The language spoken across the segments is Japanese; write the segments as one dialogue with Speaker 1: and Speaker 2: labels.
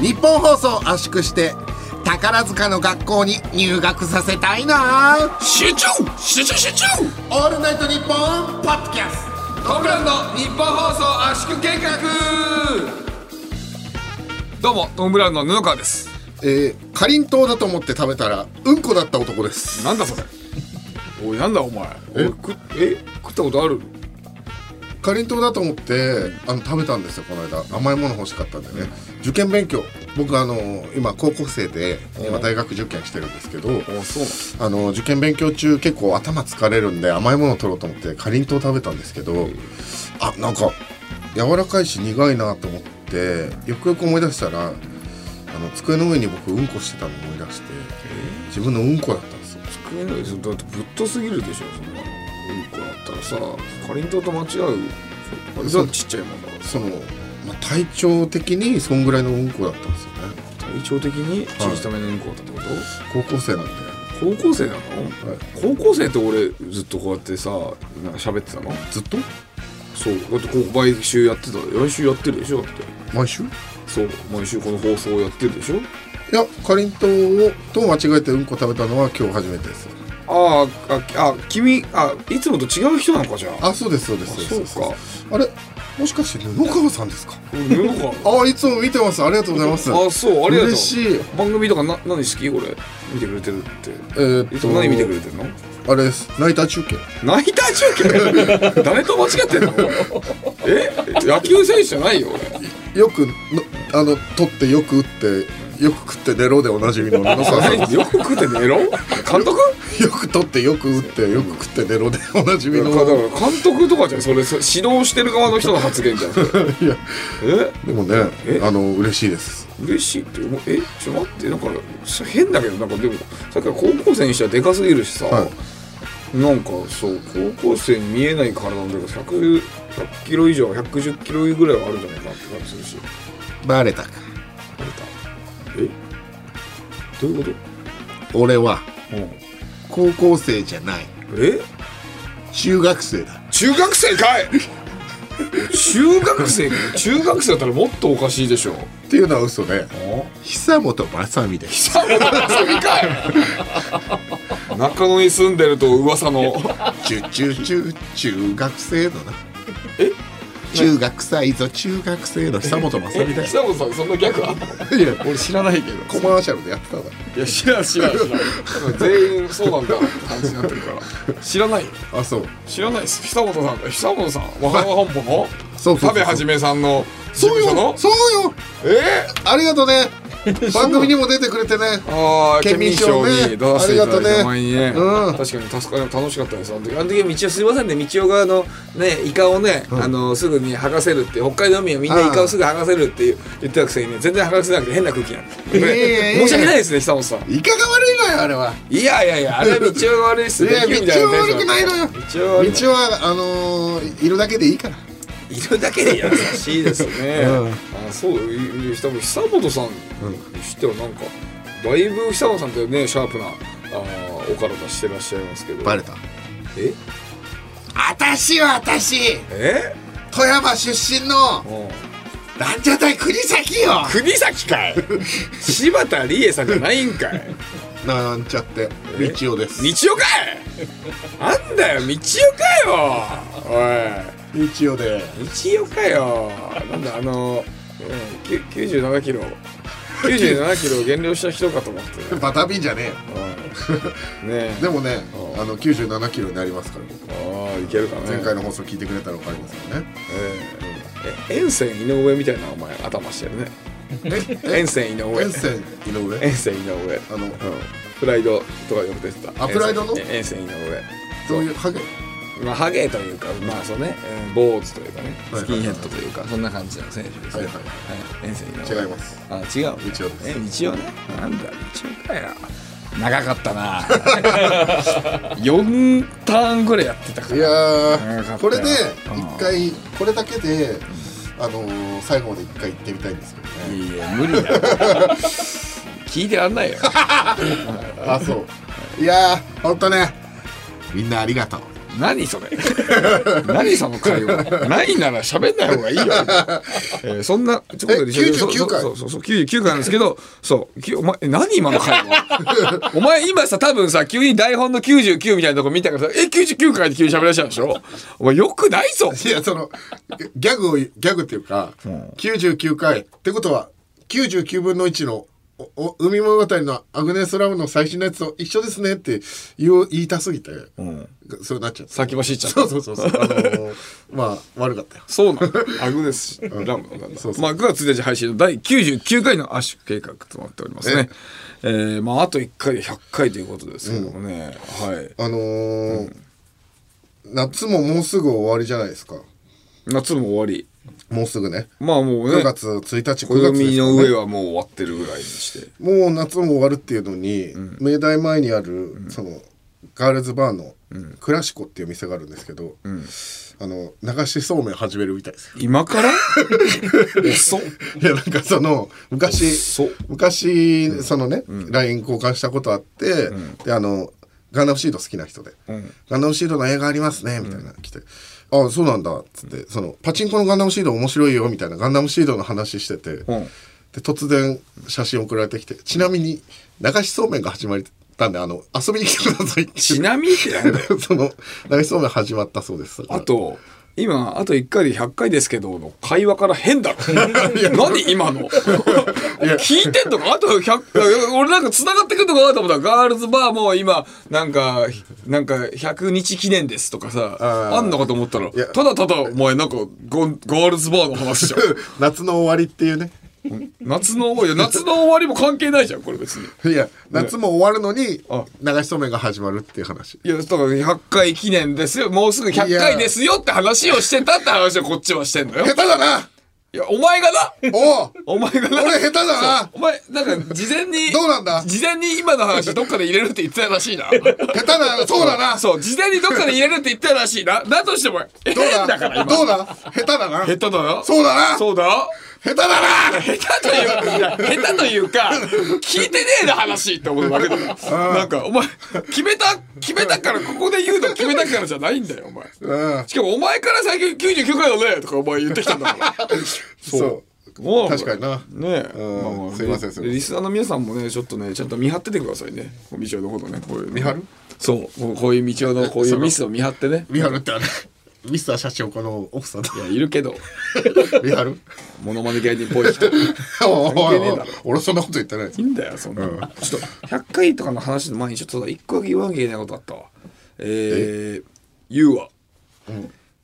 Speaker 1: 日本放送圧縮して宝塚の学校に入学させたいな
Speaker 2: 集中集中集中
Speaker 1: オールナイトニッポンポッドキャスト
Speaker 2: トムブラウンの日本放送圧縮計画どうもトムブラウンの布川です
Speaker 1: えー、かりんとうだと思って食べたらうんこだった男です
Speaker 2: なんだそれおいなんだお前おい食え食ったことある
Speaker 1: かりんとうだと思ってあの食べたんですよこの間甘いもの欲しかったんでね受験勉強僕あの今高校生で今大学受験してるんですけど
Speaker 2: おそう
Speaker 1: あの受験勉強中結構頭疲れるんで甘いもの取ろうと思ってかりんとう食べたんですけどあなんか柔らかいし苦いなと思ってよくよく思い出したらあの机の上に僕うんこしてたのを思い出して自分のうんこだったんですよ
Speaker 2: 机の上でだってぶっとすぎるでしょそんなうんこだったらさかりんとうと間違うかりんとうちっちゃいもんだから
Speaker 1: その、まあ、体調的にそんぐらいのうんこだったんですよね
Speaker 2: 体調的に小さめのうんこだったってこと、
Speaker 1: 高校生なんで
Speaker 2: 高校生なの、
Speaker 1: はい
Speaker 2: 高校生って俺ずっとこうやってさなんか喋ってたの
Speaker 1: ずっと
Speaker 2: そうだってここ毎週やってた来週やってるでしょだって
Speaker 1: 毎週い
Speaker 2: そう毎週この放送やってるでしょ
Speaker 1: やかりんとうをと間違えてうんこ食べたのは今日初めてです
Speaker 2: ああああ君あいつもと違う人なのかじゃあ
Speaker 1: あそうですそうです
Speaker 2: そうか
Speaker 1: あれもしかして布川さんですか
Speaker 2: 俺布川
Speaker 1: あいつも見てますありがとうございます
Speaker 2: あそうありがとう
Speaker 1: 嬉しい
Speaker 2: 番組とかな何好きこれ見てくれてるって
Speaker 1: えーっ
Speaker 2: い
Speaker 1: と
Speaker 2: つも何見てくれてるの
Speaker 1: あれですナイター中継
Speaker 2: ナイター中継 誰と間違ってんのえ野球選手じゃないよ
Speaker 1: よくのあの撮ってよく打ってよく食って寝ろでおなじみの布川さん
Speaker 2: 俺よく食って寝ろ監督
Speaker 1: よく撮ってよく打ってよく食って寝ろで おなじみ
Speaker 2: だ
Speaker 1: の
Speaker 2: から監督とかじゃんそれそ指導してる側の人の発言じゃんそれ
Speaker 1: いや
Speaker 2: え
Speaker 1: でもね
Speaker 2: え
Speaker 1: あの嬉しいです
Speaker 2: 嬉しいって思うえちょっと待ってなんかそ変だけどなんかでもさっきから高校生にしてはでかすぎるしさ、
Speaker 1: は
Speaker 2: なんかそう高校生に見えない体のでかさ 100, 100キロ以上110キロぐらいはあるんじゃないかなって感じするし
Speaker 1: バレたか
Speaker 2: あれだえどういうこ
Speaker 1: 俺は
Speaker 2: と、うん、
Speaker 1: 高校生じゃない
Speaker 2: え
Speaker 1: 中学生だ
Speaker 2: 中学生かい中学生中学生だったらもっとおかしいでしょ
Speaker 1: っていうのは嘘で
Speaker 2: あ
Speaker 1: 久本雅美です
Speaker 2: 中野に住んでると噂の
Speaker 1: チュチュチュ中学生のなえ中学生ぞ中学生の久本雅美だよ
Speaker 2: 久本さんそんなギャグあった
Speaker 1: いや
Speaker 2: 俺知らないけど
Speaker 1: コマーシャルでやってたか
Speaker 2: いや知らん知らん知らん全員そうなんだって感じになってるから知らないよ
Speaker 1: らあそう
Speaker 2: 知らないです久本さんだ久本さん和歌山本舗の
Speaker 1: そうそうそう
Speaker 2: 食べはじめさんの事
Speaker 1: そう
Speaker 2: 務所
Speaker 1: よ
Speaker 2: の
Speaker 1: そうよ
Speaker 2: え
Speaker 1: ありがとう ね番組にも出てくれてね
Speaker 2: ー、ああ
Speaker 1: 県
Speaker 2: 県
Speaker 1: 民
Speaker 2: 民
Speaker 1: 賞
Speaker 2: 賞
Speaker 1: ね
Speaker 2: に出させてい
Speaker 1: ありが
Speaker 2: ただい
Speaker 1: とうね
Speaker 2: た前にね
Speaker 1: うん
Speaker 2: 確かに助かり楽しかったですあの時あの時
Speaker 3: で道をすいませんね道夫があのねイカをね、あのすぐに剥がせるって北海道民はみんなイカをすぐ剥がせるっていう言ってたくせにね全然剥がせなくて変な空気なんで、
Speaker 1: いやいやいや
Speaker 3: 申し訳ないですね久本さん
Speaker 1: いかが悪いのよあれはい
Speaker 3: やいやいやあれは道夫が悪いっすね
Speaker 1: いや
Speaker 3: できるんじゃ
Speaker 1: 道夫悪くないのよ
Speaker 3: 道夫
Speaker 1: 道
Speaker 3: 悪い
Speaker 1: はあのーいるだけでいいから
Speaker 3: いるだけで優しいですね
Speaker 2: あそういい多分久本さんにしてはなんかだいぶ久本さんってねシャープなあーお体してらっしゃいますけど
Speaker 1: バレた
Speaker 2: え
Speaker 1: 私は私
Speaker 2: え
Speaker 1: 富山出身のランジャタイ国崎よ
Speaker 2: 国崎かい柴田理恵さんじゃないんかい
Speaker 1: なんちゃって
Speaker 2: え
Speaker 1: 道夫です
Speaker 2: 道夫かいなんだよ道夫かよ
Speaker 1: 道夫で
Speaker 2: おい道夫かよなんだあの、うん、きゅ97キロ97キロ減量した人かと思ってね
Speaker 1: バタビンじゃねえよ
Speaker 2: おいねえ
Speaker 1: でもね
Speaker 2: う
Speaker 1: あの97キロになりますから僕
Speaker 2: ああいけるかね
Speaker 1: 前回の放送聞いてくれたら分かりますよね
Speaker 2: ええ沿線井上みたいなお前頭してるね沿線井上
Speaker 1: 遠線井上
Speaker 2: 沿線井上
Speaker 1: あの
Speaker 2: うん、プライドとかよく出てた
Speaker 1: あプライドの
Speaker 2: え沿線井上
Speaker 1: そういうハゲ
Speaker 2: まあハゲというかまあそうね、うん、坊主というかね
Speaker 1: はいはいはい
Speaker 3: スキンヘッドというかそんな感じの選手です
Speaker 1: は
Speaker 3: ね
Speaker 1: いはい
Speaker 3: 遠征に
Speaker 1: 違います
Speaker 3: あ違う
Speaker 1: 道夫です
Speaker 3: え道夫ねなんだ道夫かよ長かったな 4ターンぐらいやってたから
Speaker 1: いや
Speaker 3: 長かった
Speaker 1: ー
Speaker 3: よ
Speaker 1: これで
Speaker 3: うん
Speaker 1: 一回これだけであのー最後まで一回行ってみたいんですけどね
Speaker 3: いやいや無理だよ聞いてらんないよ
Speaker 1: あそういやーほんとねみんなありがとう
Speaker 2: 何それ何その会話ないなら喋んない方がい いよ、えーそんなちょっとで
Speaker 1: え99回
Speaker 2: そうそうそう99回なんですけどそうきお前え何今の 会話お前今さ多分さ急に台本の99みたいなとこ見たからさえ99回で急に喋らしゃるでしょお前よくないぞ
Speaker 1: いやそのギャグをギャグっていうか、99回ってことは99分の1のおお海物語のアグネス・ラムの最新のやつと一緒ですねって言う言いたすぎて、そうなっちゃった
Speaker 2: 先走っちゃった
Speaker 1: そうそうそうそうあのーまあ悪かったよ
Speaker 2: そ うなの。アグネス・ラムなんだ。
Speaker 1: そうそう
Speaker 2: まあ、9月1日配信の第99回の圧縮計画となっておりますね。えー、まあ、あと1回で100回ということですけどもね。はい。
Speaker 1: あのー夏ももうすぐ終わりじゃないですか
Speaker 2: 夏も終わり。
Speaker 1: もうすぐね
Speaker 2: まあもう
Speaker 1: 9
Speaker 2: ね、
Speaker 1: 月1日9月で
Speaker 2: 暦
Speaker 1: すか
Speaker 2: の
Speaker 1: ね
Speaker 2: 上はもう終わってるぐらいにして。
Speaker 1: もう夏も終わるっていうのに、明大前にある、そのガールズバーのクラシコっていう店があるんですけど、あの流しそうめん始めるみたいですよ
Speaker 2: 今から 遅っ。
Speaker 1: いやなんかその昔
Speaker 2: 遅っ
Speaker 1: 昔、そのね、LINE 交換したことあって、であのガンダムシード好きな人で、ガンダムシードの映画ありますねみたいなの来て、ああそうなんだっつって、そのパチンコのガンダムシード面白いよみたいなガンダムシードの話してて、
Speaker 2: ん
Speaker 1: で突然写真送られてきてちなみに流しそうめんが始まったんであの遊びに来てくださいって
Speaker 2: ちなみにってなんだよ
Speaker 1: その流しそうめん始まったそうです
Speaker 2: あと、今、あと1回で100回ですけど、の会話から変だろ。 何今の聞いてんのかあと100、俺なんか繋がってくんのかなと思ったら、ガールズバーも今、なんか、なんか100日記念ですとかさ、
Speaker 1: あー
Speaker 2: あんのかと思ったら、
Speaker 1: や
Speaker 2: ただただお前なんかゴン、ガールズバーの話じゃ ん。
Speaker 1: 夏の終わりっていうね
Speaker 2: 夏の終わり、夏の終わりも関係ないじゃん、これ別に。
Speaker 1: いや夏も終わるのに
Speaker 2: あ
Speaker 1: 流しそうめんが始まるっていう話
Speaker 2: いや、だから100回記念ですよ、もうすぐ100回ですよって話をしてたって話をこっちはしてんのよ
Speaker 1: 下手。だない
Speaker 2: や、お前がな
Speaker 1: おう
Speaker 2: お前がな
Speaker 1: 俺下手だな
Speaker 2: お前なんか事前に
Speaker 1: どうなんだ
Speaker 2: 事前に今の話どっかで入れるって言ってたらしいな
Speaker 1: 下手だなそうだな
Speaker 2: そう事前にどっかで入れるって言ってたらしいなだとしても変
Speaker 1: どうだ
Speaker 2: だから今
Speaker 1: どうだ下手だな
Speaker 2: 下手だな
Speaker 1: そうだな下
Speaker 2: そうだ
Speaker 1: 手だな
Speaker 2: 下手というか下手というか聞いてねえな話って思うわけだからなんかお前決めた決めたからここで言うの決めたからじゃないんだよお前
Speaker 1: うん
Speaker 2: しかもお前から最近99回だねとかお前言ってきたんだから
Speaker 1: そう
Speaker 2: もう
Speaker 1: 確かにな
Speaker 2: ねえ、
Speaker 1: うん
Speaker 2: まあまあ
Speaker 1: すいません
Speaker 2: ね
Speaker 1: すいません
Speaker 2: リスナーの皆さんもねちょっとねちゃんと見張っててくださいねこう道夫のことねこういうの
Speaker 1: 見張る
Speaker 2: そうこうこういう道夫のこういうミスを見張っ てね
Speaker 1: ミハルってあれミスター社長この奥さんだ
Speaker 2: いやいるけど
Speaker 1: ミハル
Speaker 2: モノマネ芸人っぽい人い
Speaker 1: おいおいお
Speaker 2: 関係ねえ
Speaker 1: い
Speaker 2: だろ
Speaker 1: 俺そんなこと言ってないです
Speaker 2: いんだよそんなの、ちょっと100回とかの話の前にちょっと一個だけ言わなきゃいけないことあったわえーユーア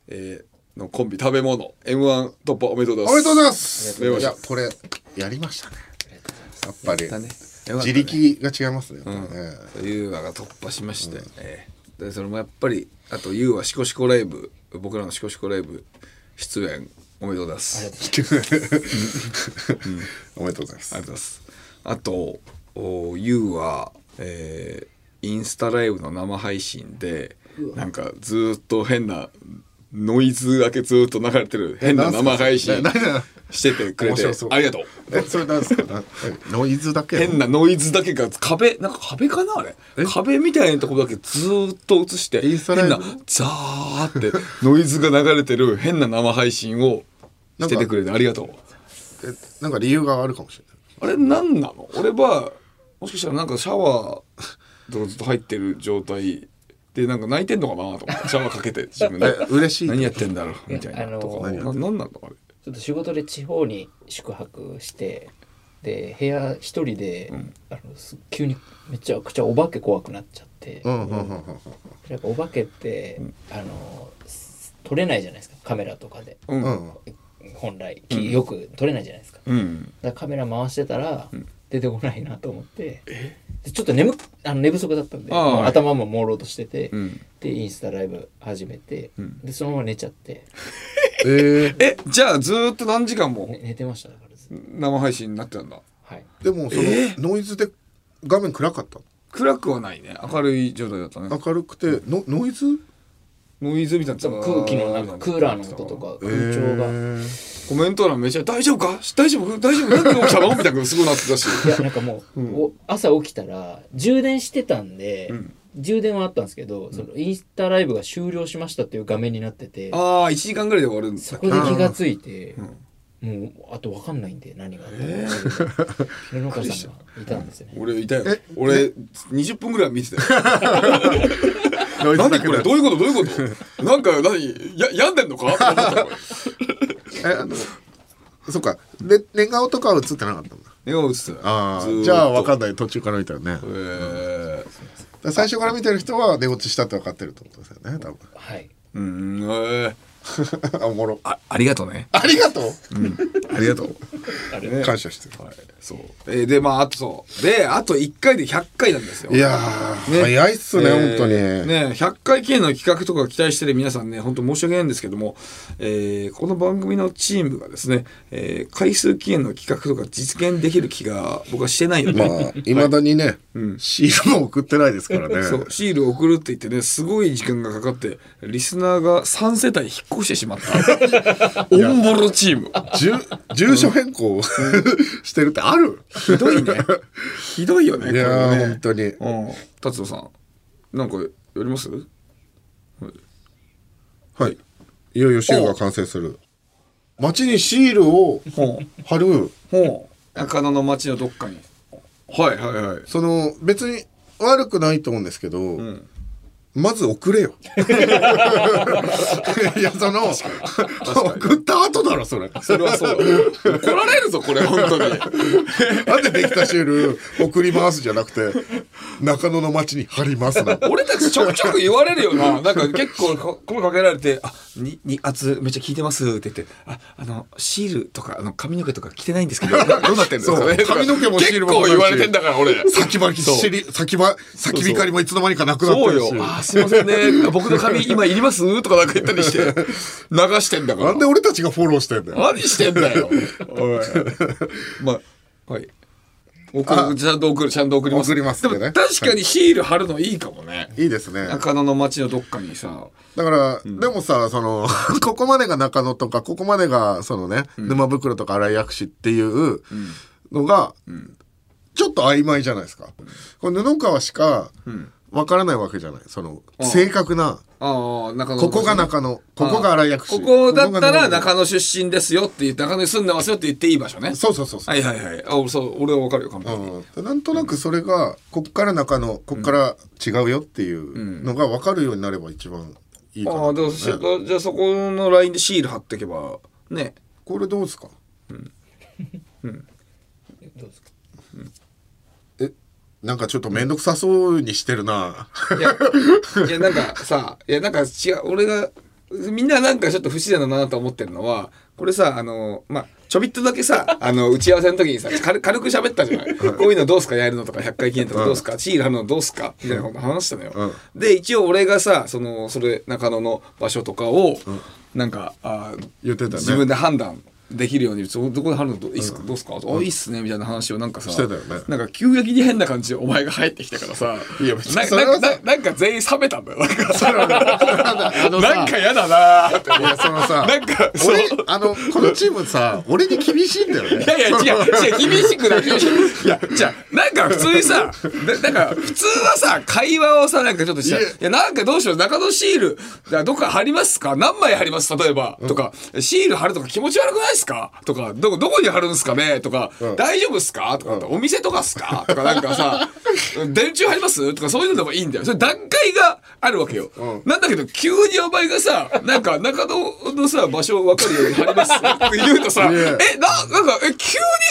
Speaker 2: えーのコンビ食べ物 m 1突破おめでとうござ
Speaker 1: お
Speaker 2: い
Speaker 1: め
Speaker 2: ま
Speaker 1: ですとうございますい
Speaker 2: ありがとうござい
Speaker 1: や
Speaker 2: ます
Speaker 1: これやりましたねやっぱり
Speaker 2: だね
Speaker 1: 自力が違いますねやっぱね
Speaker 2: ユーワが突破しまして、ええでそれもやっぱりあとユーワシコシコライブ僕らのシコシコライブ出演おめでとうございますありがとう
Speaker 1: おめでとうございます
Speaker 2: ございますあとおユーワ、えーインスタライブの生配信でなんかずーっと変なノイズだけずーっと流れてる変な生配信
Speaker 1: なんすか
Speaker 2: しててくれ
Speaker 1: 面
Speaker 2: て
Speaker 1: 白そう
Speaker 2: ありがとう
Speaker 1: えそれなんですかなノイズだけ
Speaker 2: 変なノイズだけが壁なんか壁かなあれ壁みたいなとこだけずーっと映して
Speaker 1: インスタ
Speaker 2: 変
Speaker 1: ライブ
Speaker 2: なザーって ノイズが流れてる変な生配信をしててくれてありがとう
Speaker 1: えなんか理由があるかもしれない
Speaker 2: あれ何なの俺はもしかしたらなんかシャワー とかずっと入ってる状態でなんか泣いてんのかなと思ってシャワーかけて自分で
Speaker 1: え嬉しい
Speaker 2: 何やってんだろうみたい
Speaker 4: いやあ
Speaker 2: な
Speaker 4: の
Speaker 2: とかな何なのあれ
Speaker 4: ちょっと仕事で地方に宿泊してで部屋一人で、あのす急にめちゃくちゃお化け怖くなっちゃって、
Speaker 1: うんうんうんうんうん
Speaker 4: なんかお化けって、あのす撮れないじゃないですかカメラとかで
Speaker 2: うん
Speaker 1: う
Speaker 2: うん
Speaker 1: ん
Speaker 4: 本来きよく撮れないじゃないですか,、
Speaker 2: うん
Speaker 4: だからカメラ回してたら出てこないなと思って、でちょっと眠くあの寝不足だったんで
Speaker 2: ああ
Speaker 4: もう
Speaker 2: はい
Speaker 4: 頭も朦朧としてて、
Speaker 2: うん
Speaker 4: でインスタライブ始めて、でそのまま寝ちゃって、
Speaker 1: えー
Speaker 2: えじゃあずーっと何時間も
Speaker 4: ね寝てましただからずっと
Speaker 2: 生配信になってたんだ
Speaker 4: はい
Speaker 1: でもそのノイズで画面暗かった
Speaker 2: 暗くはないね明るい状態だったね
Speaker 1: 明るくてのノイズ
Speaker 2: ノイズみたいな
Speaker 4: 多分空気のなんかクーラーの音とか空調が、
Speaker 2: コメント欄めちゃ大丈夫か大丈夫大丈夫何で起きたの みたいなのすごいなってたし
Speaker 4: いやなんかもう、お朝起きたら充電してたんで、充電はあったんですけど、そのインスタライブが終了しましたっていう画面になってて、
Speaker 2: ああ1時間ぐらいで終わるんだ
Speaker 4: そこで気がついて、もうあと分かんないんで何があったのか平野岡さんがいたんです よね
Speaker 2: 俺いたよ俺20分ぐらいは見 てたよ
Speaker 1: ノイズ
Speaker 2: 何
Speaker 1: なくな
Speaker 2: これ
Speaker 1: る
Speaker 2: どういうことどういうことなんか何や病んでんのかと思っ たよ
Speaker 1: えあのそっかで寝顔とかは映ってなかったんだ
Speaker 2: 俺絵が映ってたよ
Speaker 1: あ
Speaker 2: ず
Speaker 1: あ
Speaker 2: ーっと
Speaker 1: じゃあ分かんない途中から見たらねだか
Speaker 2: えー
Speaker 1: ら最初から見てる人は寝落ちしたって分かってるってことですよね多
Speaker 4: はい
Speaker 2: うんえー
Speaker 1: 分 あおもろあ
Speaker 2: あありがとうね
Speaker 1: ありがとう
Speaker 2: ありがとう
Speaker 1: 感謝してる
Speaker 2: そうえーでまああとそうであと1回で100回なんですよ
Speaker 1: いやー、
Speaker 2: ね
Speaker 1: 早いっすね、
Speaker 2: えー
Speaker 1: 本当に。
Speaker 2: ね100回記念の企画とか期待してる皆さんね本当申し訳ないんですけども、えーこの番組のチームがですね、えー回数記念の企画とか実現できる気が僕はしてないよね、
Speaker 1: まあ、いまだにね、シールも送ってないですからね。
Speaker 2: そうシールを送るって言ってねすごい時間がかかってリスナーが3世帯引っ越してしまった オンボロチーム
Speaker 1: 住住所変更 してるってある
Speaker 2: ひどいね ひどいよね
Speaker 1: いや
Speaker 2: これ
Speaker 1: ー、
Speaker 2: ね
Speaker 1: 本当に。
Speaker 2: うん、達郎さん、なんかやります？
Speaker 1: はい。いよいよシールが完成する。街にシールを
Speaker 2: ほう
Speaker 1: 貼る。
Speaker 2: ほう中野の町のどっかに。はいはいはい。
Speaker 1: その、別に悪くないと思うんですけど、
Speaker 2: ん
Speaker 1: まず送 れよ。いや、その、送った後だろ、それ。
Speaker 2: それはそうだ。怒られるぞこれ本当に。
Speaker 1: なんでできたシール送りますじゃなくて、中野の街に貼りますなんて。
Speaker 2: 俺たちちょくちょく言われるよな。なんか結構こ声かけられて、あ、に、に、圧めっちゃ聞いてますって言って、あ、あの、シールとか、あの、髪の毛とか着てないんで すけど、どうなってるんですかね
Speaker 1: そう髪の毛もシールも
Speaker 2: 結構言わ
Speaker 1: かかる
Speaker 2: れ
Speaker 1: して
Speaker 2: んだから俺。
Speaker 1: 先ばきしり、先ば、先光りもいつの間にかなくなって
Speaker 2: そう
Speaker 1: るし。
Speaker 2: よ。あ、すいませんね。僕の髪今いりますとかなんか言った りして、流してんだから。
Speaker 1: なんで俺たちがフォローしてんだよ。
Speaker 2: 何してんだよ。おい。まあ、はい。送る、ちゃんと送る、ちゃんと送ります。
Speaker 1: 送りますんでね
Speaker 2: でも確かにシール貼るのいいかもね。
Speaker 1: いいですね。
Speaker 2: 中野の街のどっかにさ。
Speaker 1: だから、でもさ、その、 ここまでが中野とか、ここまでが、そのね、沼袋とか荒井薬師っていうのが、ちょっと曖昧じゃないですか。これ布川しか、わからないわけじゃない。その、正確な、
Speaker 2: ああ、中野
Speaker 1: ここが中野、ここが荒井薬師。
Speaker 2: ここだったら
Speaker 1: ここが沼袋
Speaker 2: 中野出身ですよって言って、中野に住んでますよって言っていい場所ね。
Speaker 1: そうそうそうそう
Speaker 2: は。いはいはい。あ、俺そう、俺はわかるよ、完璧に。
Speaker 1: うん、なんとなくそれがこっから中野こっから違うよっていうのが分かるようになれば一番いいかな
Speaker 2: ああ、でも、そこじゃあそこのラインでシール貼ってけば、ね。
Speaker 1: これどうですか
Speaker 4: どうですか
Speaker 1: えなんかちょっと面倒くさそうにしてるない
Speaker 2: や、いやなんかさ、いやなんか違う、俺が、みんななんかちょっと不自然だなと思ってるのは、これさ、あの、まあ、ちょびっとだけさ、あの、打ち合わせの時にさ、軽軽く喋ったじゃない。こういうのどうすかやるのとか、100回記念とかどうすか、シール貼るのどうすかみたいなこと話したのよ。で、一応俺がさ、その、それ、中野の場所とかを、なんか、あー
Speaker 1: 言ってたね
Speaker 2: 自分で判断できるように、そどこで貼るのどういいっすか、どうっすか、あ、いいっすね、みたいな話をなんかさ、
Speaker 1: してたよね
Speaker 2: なんか急激に変な感じでお前が入ってきたからさ、
Speaker 1: いや別に
Speaker 2: な
Speaker 1: それは
Speaker 2: なななんか全員冷めたんだよ。なんか
Speaker 1: あの
Speaker 2: なんか嫌だなーって。
Speaker 1: いやその さ
Speaker 2: なんかそう
Speaker 1: 俺あのこのチームさ俺に厳しいんだよね
Speaker 2: いやいや違 う 違う厳しくない厳しくないいやじゃあなんか普通にさななんか普通はさ会話をさなんかちょっとした
Speaker 1: い
Speaker 2: い
Speaker 1: や
Speaker 2: やなんかどうしよう中野シールじゃあどっか貼りますか何枚貼ります例えば、とかシール貼るとか気持ち悪くないですかとかどこどこに貼るんですかねとか、大丈夫ですかとか、お店とかっすかとかなんかさ電柱貼りますとかそういうのでもいいんだよそれ段階があるわけよ、なんだけど急にお前がさなんか中野のさ場所分かるように貼りますって言うとさ
Speaker 1: いや
Speaker 2: え、な、なんか、え、急に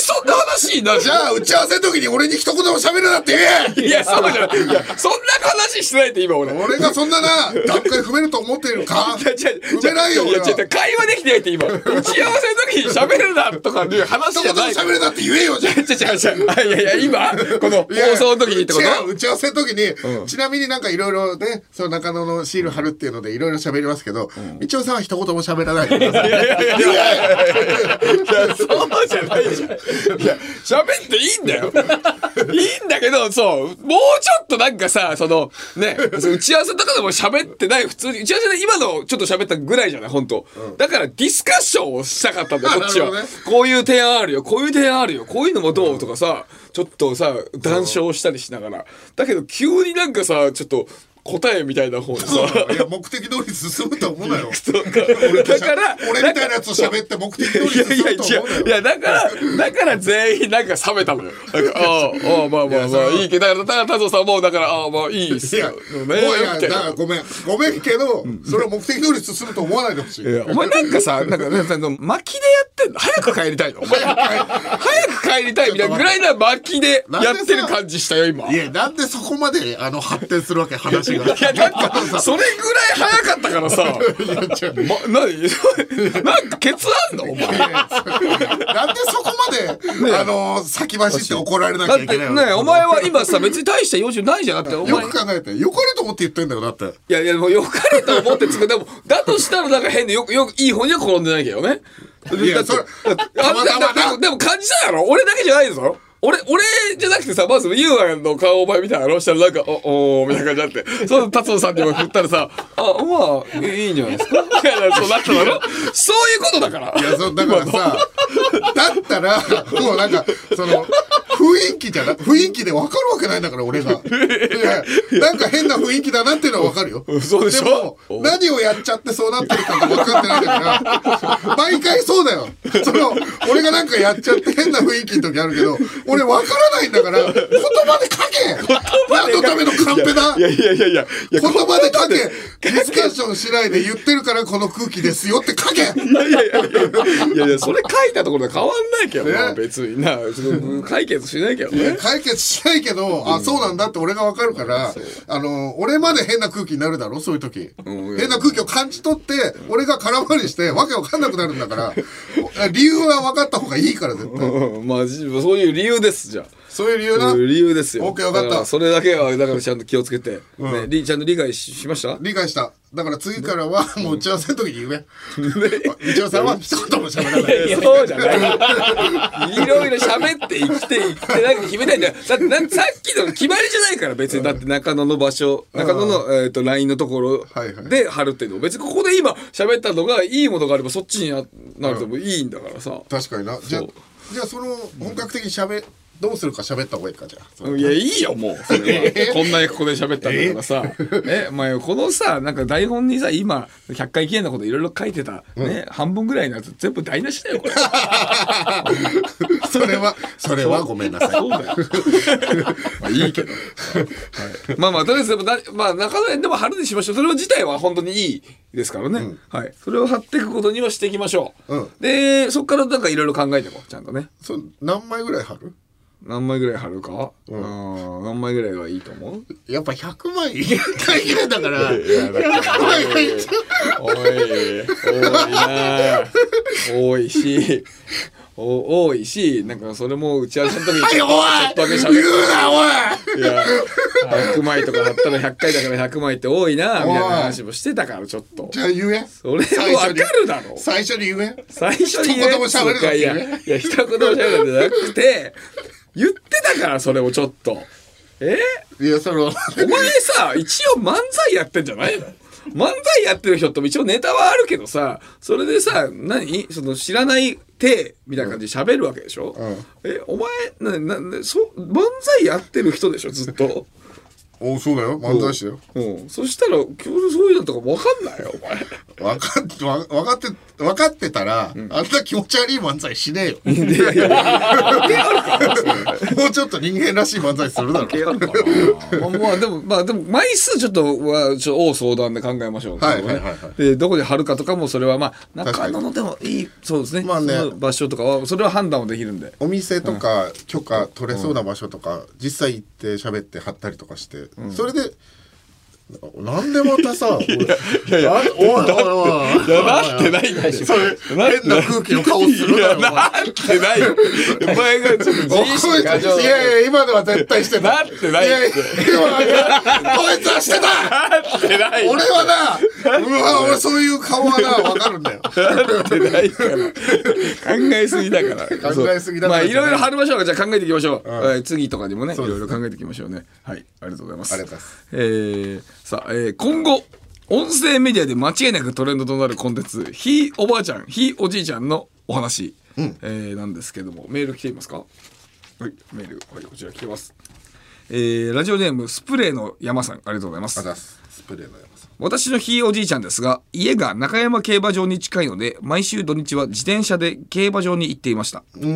Speaker 2: そんな話にな る
Speaker 1: じゃあ打ち合わせの時に俺に一言も喋るなって言え
Speaker 2: いや、そうじゃない。いや、そんな話してないって今俺。い
Speaker 1: 俺がそんなな段階踏めると思っているか
Speaker 2: や、違う違う
Speaker 1: 踏めないよ
Speaker 2: い
Speaker 1: 俺
Speaker 2: や、
Speaker 1: は
Speaker 2: 違う違う会話できてないって今。打ち合わせの時に喋るなとかいう話
Speaker 1: 一
Speaker 2: じゃ
Speaker 1: 言も
Speaker 2: ない。
Speaker 1: 喋るなって言えよじゃあ
Speaker 2: 違う違う違う。あいやいや、今、この
Speaker 1: いや
Speaker 2: 放送の時にってこと
Speaker 1: 違う打ち合わせの時に、ちなみになんかいろいろねその中野のシール貼るっていうのでいろいろ喋りますけど、一応さんは一言も喋らないでください
Speaker 2: いや、そうじゃないじゃん。いや、喋っていいんだよ。いいんだけど、そう、もうちょっとなんかさ、その、ね、打ち合わせとかでも喋ってない、普通に、打ち合わせで今のちょっと喋ったぐらいじゃない、本当だからディスカッションをしたかったんだよこっちは、
Speaker 1: なるほど
Speaker 2: こういう提案あるよこういう提案あるよこういうのもどうとかさちょっとさ談笑したりしながらだけど急になんかさちょっと答えみたいな方にさ
Speaker 1: そういや目的通り進むと思う なよ
Speaker 2: そうかだから
Speaker 1: 俺みたいなやつと喋って目 的通り
Speaker 2: いやい
Speaker 1: 進
Speaker 2: や
Speaker 1: むと思うな
Speaker 2: 違
Speaker 1: よ
Speaker 2: ういやだからだから全員なんか冷めたのよ なんかああああまあまあ
Speaker 1: いや
Speaker 2: ま
Speaker 1: そ
Speaker 2: あ
Speaker 1: れはい
Speaker 2: いけどだからだから太蔵さんもだからああまあいいっす
Speaker 1: いや
Speaker 2: よ
Speaker 1: も
Speaker 2: ね
Speaker 1: ういや
Speaker 2: みた
Speaker 1: だか
Speaker 2: いな
Speaker 1: らごめんごめんけど、それは目的通り進むと思わないでほしい
Speaker 2: いやお前なんかさ、なんか、なんか、巻きでやってんの早く帰りたいのお前。早く帰りたいみたいなぐらいな巻きでやってる感じしたよ、今。い
Speaker 1: い
Speaker 2: や、
Speaker 1: やなんでそこまであの発展するわけ話がい
Speaker 2: なんか、それぐらい早かっ たからさ。
Speaker 1: や違う
Speaker 2: ま、なに なんか、ケツあんのお前。
Speaker 1: なんでそこまで、あの先走って怒られなき
Speaker 2: だ
Speaker 1: ゃ
Speaker 2: っ
Speaker 1: い
Speaker 2: て
Speaker 1: けない
Speaker 2: ね、お前は今さ、別に大した用事ないじゃん。だって、お
Speaker 1: よ
Speaker 2: 前。
Speaker 1: く考えてよかれと思って言ってんだよだって
Speaker 2: いやいや、もうよかれと思って作る。でも、だとしたらなんか変で、よく、よく、いい方には転んでないけどね。
Speaker 1: いやそれ
Speaker 2: あ
Speaker 1: たまたまな
Speaker 2: でも、でも感じたやろ俺だけじゃないぞ。俺、俺じゃなくてさ、まず、ゆうあの顔をお前みたいなのしたら、なんか、お、おー、みたいな感じになって。その達夫さんにも振ったらさ、あ、まあ、いいんじゃないですか。みたいな、そうなっただろそういうことだから。
Speaker 1: いやそうだからさだったらもうなんかその雰囲気じゃな雰囲気で分かるわけないんだから俺 がいやなんか変な雰囲気だなっていうのは分かるよ
Speaker 2: そうでしょ
Speaker 1: も何をやっちゃってそうなってるかが分かってないんだから毎回そうだよその俺がなんかやっちゃって変な雰囲気の時あるけど俺分からないんだから言葉で書け何のためのカンペだ
Speaker 2: いやいやいやいや、い
Speaker 1: 言
Speaker 2: や
Speaker 1: 葉で書けディスカッションしないで言ってるからこの空気ですよって書け
Speaker 2: いやいやいやいやいやいや、それ書いたところで変わんないけどな、
Speaker 1: ね
Speaker 2: 別にな。その解決しないけどね。
Speaker 1: 解決しないけど、あ、そうなんだって俺がわかるから、あの、俺まで変な空気になるだろ、そういう時。
Speaker 2: うん
Speaker 1: 変な空気を感じ取って、俺が空回りして、わけわかんなくなるんだから、理由は分かった方がいいから、絶対。
Speaker 2: うんまあ、じそういう理由です、じゃあ。
Speaker 1: そういう理由な
Speaker 2: そういう。理由ですよ。
Speaker 1: OK わかった
Speaker 2: だらそれだけは、だからちゃんと気をつけて。ねりちゃんと理解ししました
Speaker 1: 理解した。だから次からは、もう打ち合わせの時に言え。打ち合わせは一言も喋らない。
Speaker 2: そうじゃない。いろいろ喋って生きて生きてなんか決めたいんだよ。だってなんさっきの決まりじゃないから別に。だって中野の場所、中野の、えー、と LINE のところ
Speaker 1: はいはい
Speaker 2: で貼るっていうのも別にここで今喋ったのがいいものがあればそっちにななるともいいんだからさ。
Speaker 1: 確かにな。じゃあ
Speaker 2: そう、
Speaker 1: じゃあその、本格的に喋、どうするか喋った方がいいか、じゃあ。
Speaker 2: いや、いいよ、 もう。それはこんなにここで喋ったんだからさ。え、まあ、このさ、なんか台本にさ、今、100回記念のこといろいろ書いてた、ね、半分ぐらいのやつ全部台無しだよ、これ。
Speaker 1: それは、それはごめんなさい。
Speaker 2: そうだよ。まあ、いいけど。はいまあまあ、とりあえず、でもな、まあ、中野園でも貼るにしましょう。それ自体は本当にいいですからね。はい。それを貼っていくことにはしていきましょう。
Speaker 1: うん
Speaker 2: で、そこからなんかいろいろ考えていこう、ちゃんとね。
Speaker 1: そう何枚ぐらい貼る
Speaker 2: 何枚ぐらい貼るか、うん、何枚ぐらいがいいと思う
Speaker 1: やっぱ100枚1回切れだから100枚が一番
Speaker 2: おい、多いな。多いし、お多いし、なんかそれも打ち合わせの時にちょっとだけ
Speaker 1: 言
Speaker 2: 喋っ
Speaker 1: うなおい
Speaker 2: て、いや、100枚とか貼ったら100回だから100枚って多いな、みたいな話もしてたからちょっと。
Speaker 1: じゃあ言え
Speaker 2: それもわかるだろ。
Speaker 1: 最初に言え
Speaker 2: 最初に言え
Speaker 1: 一言も喋るなって
Speaker 2: いや、いや、一言も喋るなんてなくて、言ってたからそれをちょっと。え
Speaker 1: いやその
Speaker 2: お前さ、一応漫才やってんじゃないの漫才やってる人って一応ネタはあるけどさ、それでさ、何その知らない手みたいな感じで喋るわけでしょ、
Speaker 1: ん
Speaker 2: え、お前、な、な、なそ、漫才やってる人でしょずっと。
Speaker 1: おそうだよ漫才師だよ
Speaker 2: うん。そしたら、今日そういうのとかわかんないよ、お前。
Speaker 1: 分かってわ分かって分かってたらあんな気持ち悪い漫才しねえよ もうちょっと人間らしい漫才するだろ
Speaker 2: あるかなまあまあでもまあでも枚数ちょっとはちょっと大相談で考えましょう、
Speaker 1: はい
Speaker 2: そこね
Speaker 1: はいはいはい
Speaker 2: でどこで貼るかとかもそれはまあ
Speaker 1: 確
Speaker 2: 中
Speaker 1: かに
Speaker 2: 野のでもいいそうですね,、
Speaker 1: まあね
Speaker 2: その場所とかはそれは判断もできるんで
Speaker 1: お店とか許可取れそうな場所とか実際行って喋って貼ったりとかしてそれでなんでまたさ俺あおいおいおいおい
Speaker 2: なってないんだよ
Speaker 1: それ変な空気の顔するだろお前
Speaker 2: なってないよお前がちょっと自意識過剰
Speaker 1: いやいや今のは絶対して
Speaker 2: な
Speaker 1: た
Speaker 2: ってない
Speaker 1: いやいや今の はこいつはしてた
Speaker 2: なってない
Speaker 1: 俺はなうわ俺そういう顔はなわかるんだよ
Speaker 2: なってないから考えすぎだか ら
Speaker 1: 考えすぎだ
Speaker 2: ま
Speaker 1: から
Speaker 2: あ
Speaker 1: じ
Speaker 2: い
Speaker 1: ゃない
Speaker 2: ろいろ貼りましょうかじゃあ考えていきましょう、えー次とかにもねいろいろ考えていきましょうねはいありがとうございます
Speaker 1: ありがとうございます
Speaker 2: えーさあ、えー今後音声メディアで間違いなくトレンドとなるコンテンツひいおばあちゃんひいおじいちゃんのお話、
Speaker 1: うん
Speaker 2: えーなんですけどもメール来ていますかはいメール、はい、こちら来てます、えーラジオネームスプレーの山さんありがとうございます
Speaker 1: あざっすスプレーの山さん
Speaker 2: 私のひいおじいちゃんですが家が中山競馬場に近いので毎週土日は自転車で競馬場に行っていました
Speaker 1: うー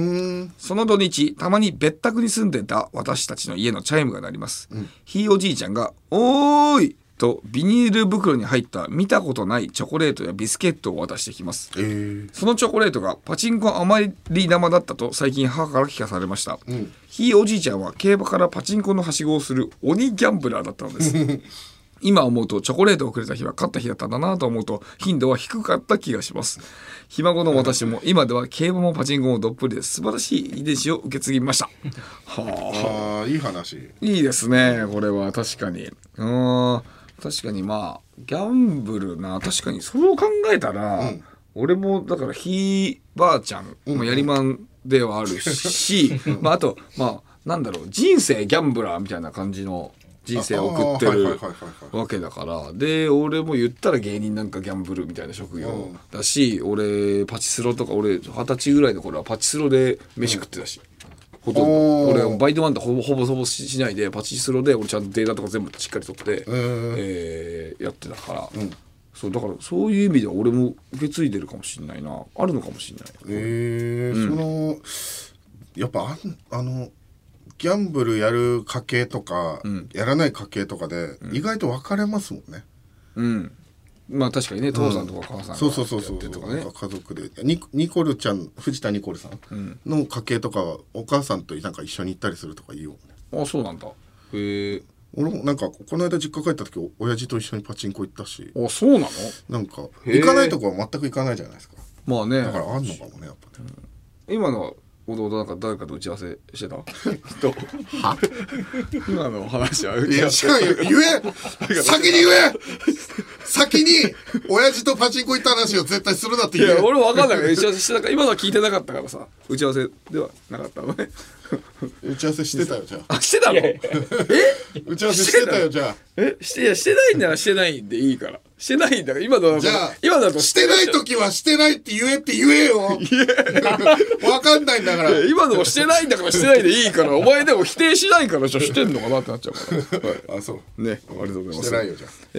Speaker 1: ん
Speaker 2: その土日、たまに別宅に住んでた私たちの家のチャイムが鳴ります。ひいおじいちゃんが、おーいとビニール袋に入った見たことないチョコレートやビスケットを渡してきます。
Speaker 1: えー、
Speaker 2: そのチョコレートがパチンコあまり玉だったと最近母から聞かされました。ひいおじいちゃんは競馬からパチンコのはしごをする鬼ギャンブラーだったのです。今思うとチョコレートをくれた日は勝った日だったんだなと思うと頻度は低かった気がします。ひ孫の私も今では競馬もパチンコもどっぷりで素晴らしい遺伝子を受け継ぎました。はあ。
Speaker 1: あーいい話
Speaker 2: いいですね、これは確かに。うーん、確かにまあ、ギャンブルな、確かに、そう考えたら、俺も、だから、ひいばあちゃんもやりまんではあるし、 まあ、あと、まあ、なんだろう、人生ギャンブラーみたいな感じの人生を送って
Speaker 1: ああーはいはい
Speaker 2: る
Speaker 1: はいはいはい
Speaker 2: わけだから、で、俺も言ったら芸人なんかギャンブルみたいな職業だし、俺、パチスロとか、俺、二十歳ぐらいの頃はパチスロで飯食ってたし。ほとんど
Speaker 1: おー
Speaker 2: 俺はバイトなんてほぼほぼほぼししないでパチスロで俺ちゃんとデータとか全部しっかり取って、
Speaker 1: ん
Speaker 2: えーやってたから、そうだからそういう意味では俺も受け継いでるかもしれないなあるのかもしれない
Speaker 1: えーそのやっぱあんあのギャンブルやる家系とか、やらない家系とかで、意外と分かれますもんね。
Speaker 2: うんまあ確かにね父さんとか母さん
Speaker 1: そうそうそうそう。
Speaker 2: やってとか
Speaker 1: な
Speaker 2: ね
Speaker 1: んか家族でニコニコルちゃん藤田ニコルさんの家系とかはお母さんとなんか一緒に行ったりするとか言うよね。
Speaker 2: あそうなんだへえ
Speaker 1: 俺もなんかこの間実家帰った時お親父と一緒にパチンコ行ったし
Speaker 2: あそうなの
Speaker 1: なんか
Speaker 2: へー
Speaker 1: 行かないとこは全く行かないじゃないですか
Speaker 2: まあね
Speaker 1: だからあんのかもねやっぱね
Speaker 2: 今のおどおどなんか誰かと打ち合わせして た人今の話は打
Speaker 1: い
Speaker 2: ち合
Speaker 1: や
Speaker 2: わせ
Speaker 1: しかも言え先に言え先に親父とパチンコ行った話を絶対するなって
Speaker 2: い
Speaker 1: 言え
Speaker 2: や俺分かんないから打ち合わせしてたから今のは聞いてなかったからさ打ち合わせではなかったの ね
Speaker 1: 打ち合わせしてたよじゃあ
Speaker 2: あしてたの
Speaker 4: や
Speaker 1: 打ち合わせしてたよじゃあ
Speaker 2: えしていやしてないんならしてないんでいいからしてないんだから今のは
Speaker 1: じゃあ
Speaker 2: 今だと
Speaker 1: してない
Speaker 2: と
Speaker 1: 時はしてないって言えって言えよわかんないんだから
Speaker 2: 今のもしてないんだからしてないでいいからお前でも否定しないからじゃあしてんのかなってなっちゃう からはい
Speaker 1: あそう
Speaker 2: ねありがとうございます
Speaker 1: してないよじゃあ
Speaker 2: え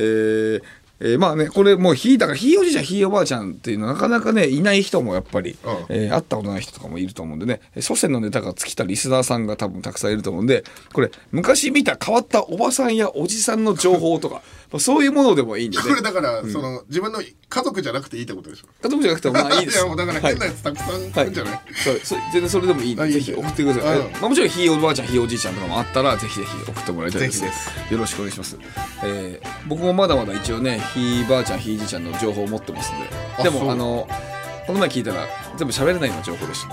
Speaker 2: ーえーまあねこれもうひいだからひいおじいちゃんひいおばあちゃんっていうのはなかなかねいない人もやっぱり、
Speaker 1: うん
Speaker 2: えー会ったことない人とかもいると思うんでね祖先のネタが尽きたリスナーさんが多分たくさんいると思うんでこれ昔見た変わったおばさんやおじさんの情 報とかまあそういうものでもいいんでね
Speaker 1: これだから、その自分の家族じゃなくていいってことでしょ
Speaker 2: 家族じゃなくてもまあいいです
Speaker 1: やもうだから変なやつたくさんい
Speaker 2: は
Speaker 1: るんじゃない、
Speaker 2: そうそれ全然それでもいいん
Speaker 1: あ
Speaker 2: で
Speaker 1: いい
Speaker 2: ぜ
Speaker 1: です
Speaker 2: ひ
Speaker 1: よ
Speaker 2: 送ってください、
Speaker 1: うん
Speaker 2: まあ、もちろんひいおばあちゃんひいおじいちゃんとかもあったらぜひぜひ送ってもらいたいです,、
Speaker 1: ぜひ
Speaker 2: よろしくお願いします、えー僕もまだまだ一応ねひいばあちゃんひいじいちゃんの情報を持ってますんで
Speaker 1: あ
Speaker 2: で
Speaker 1: そう
Speaker 2: もあのこの前聞いたら全部喋れないの情報でした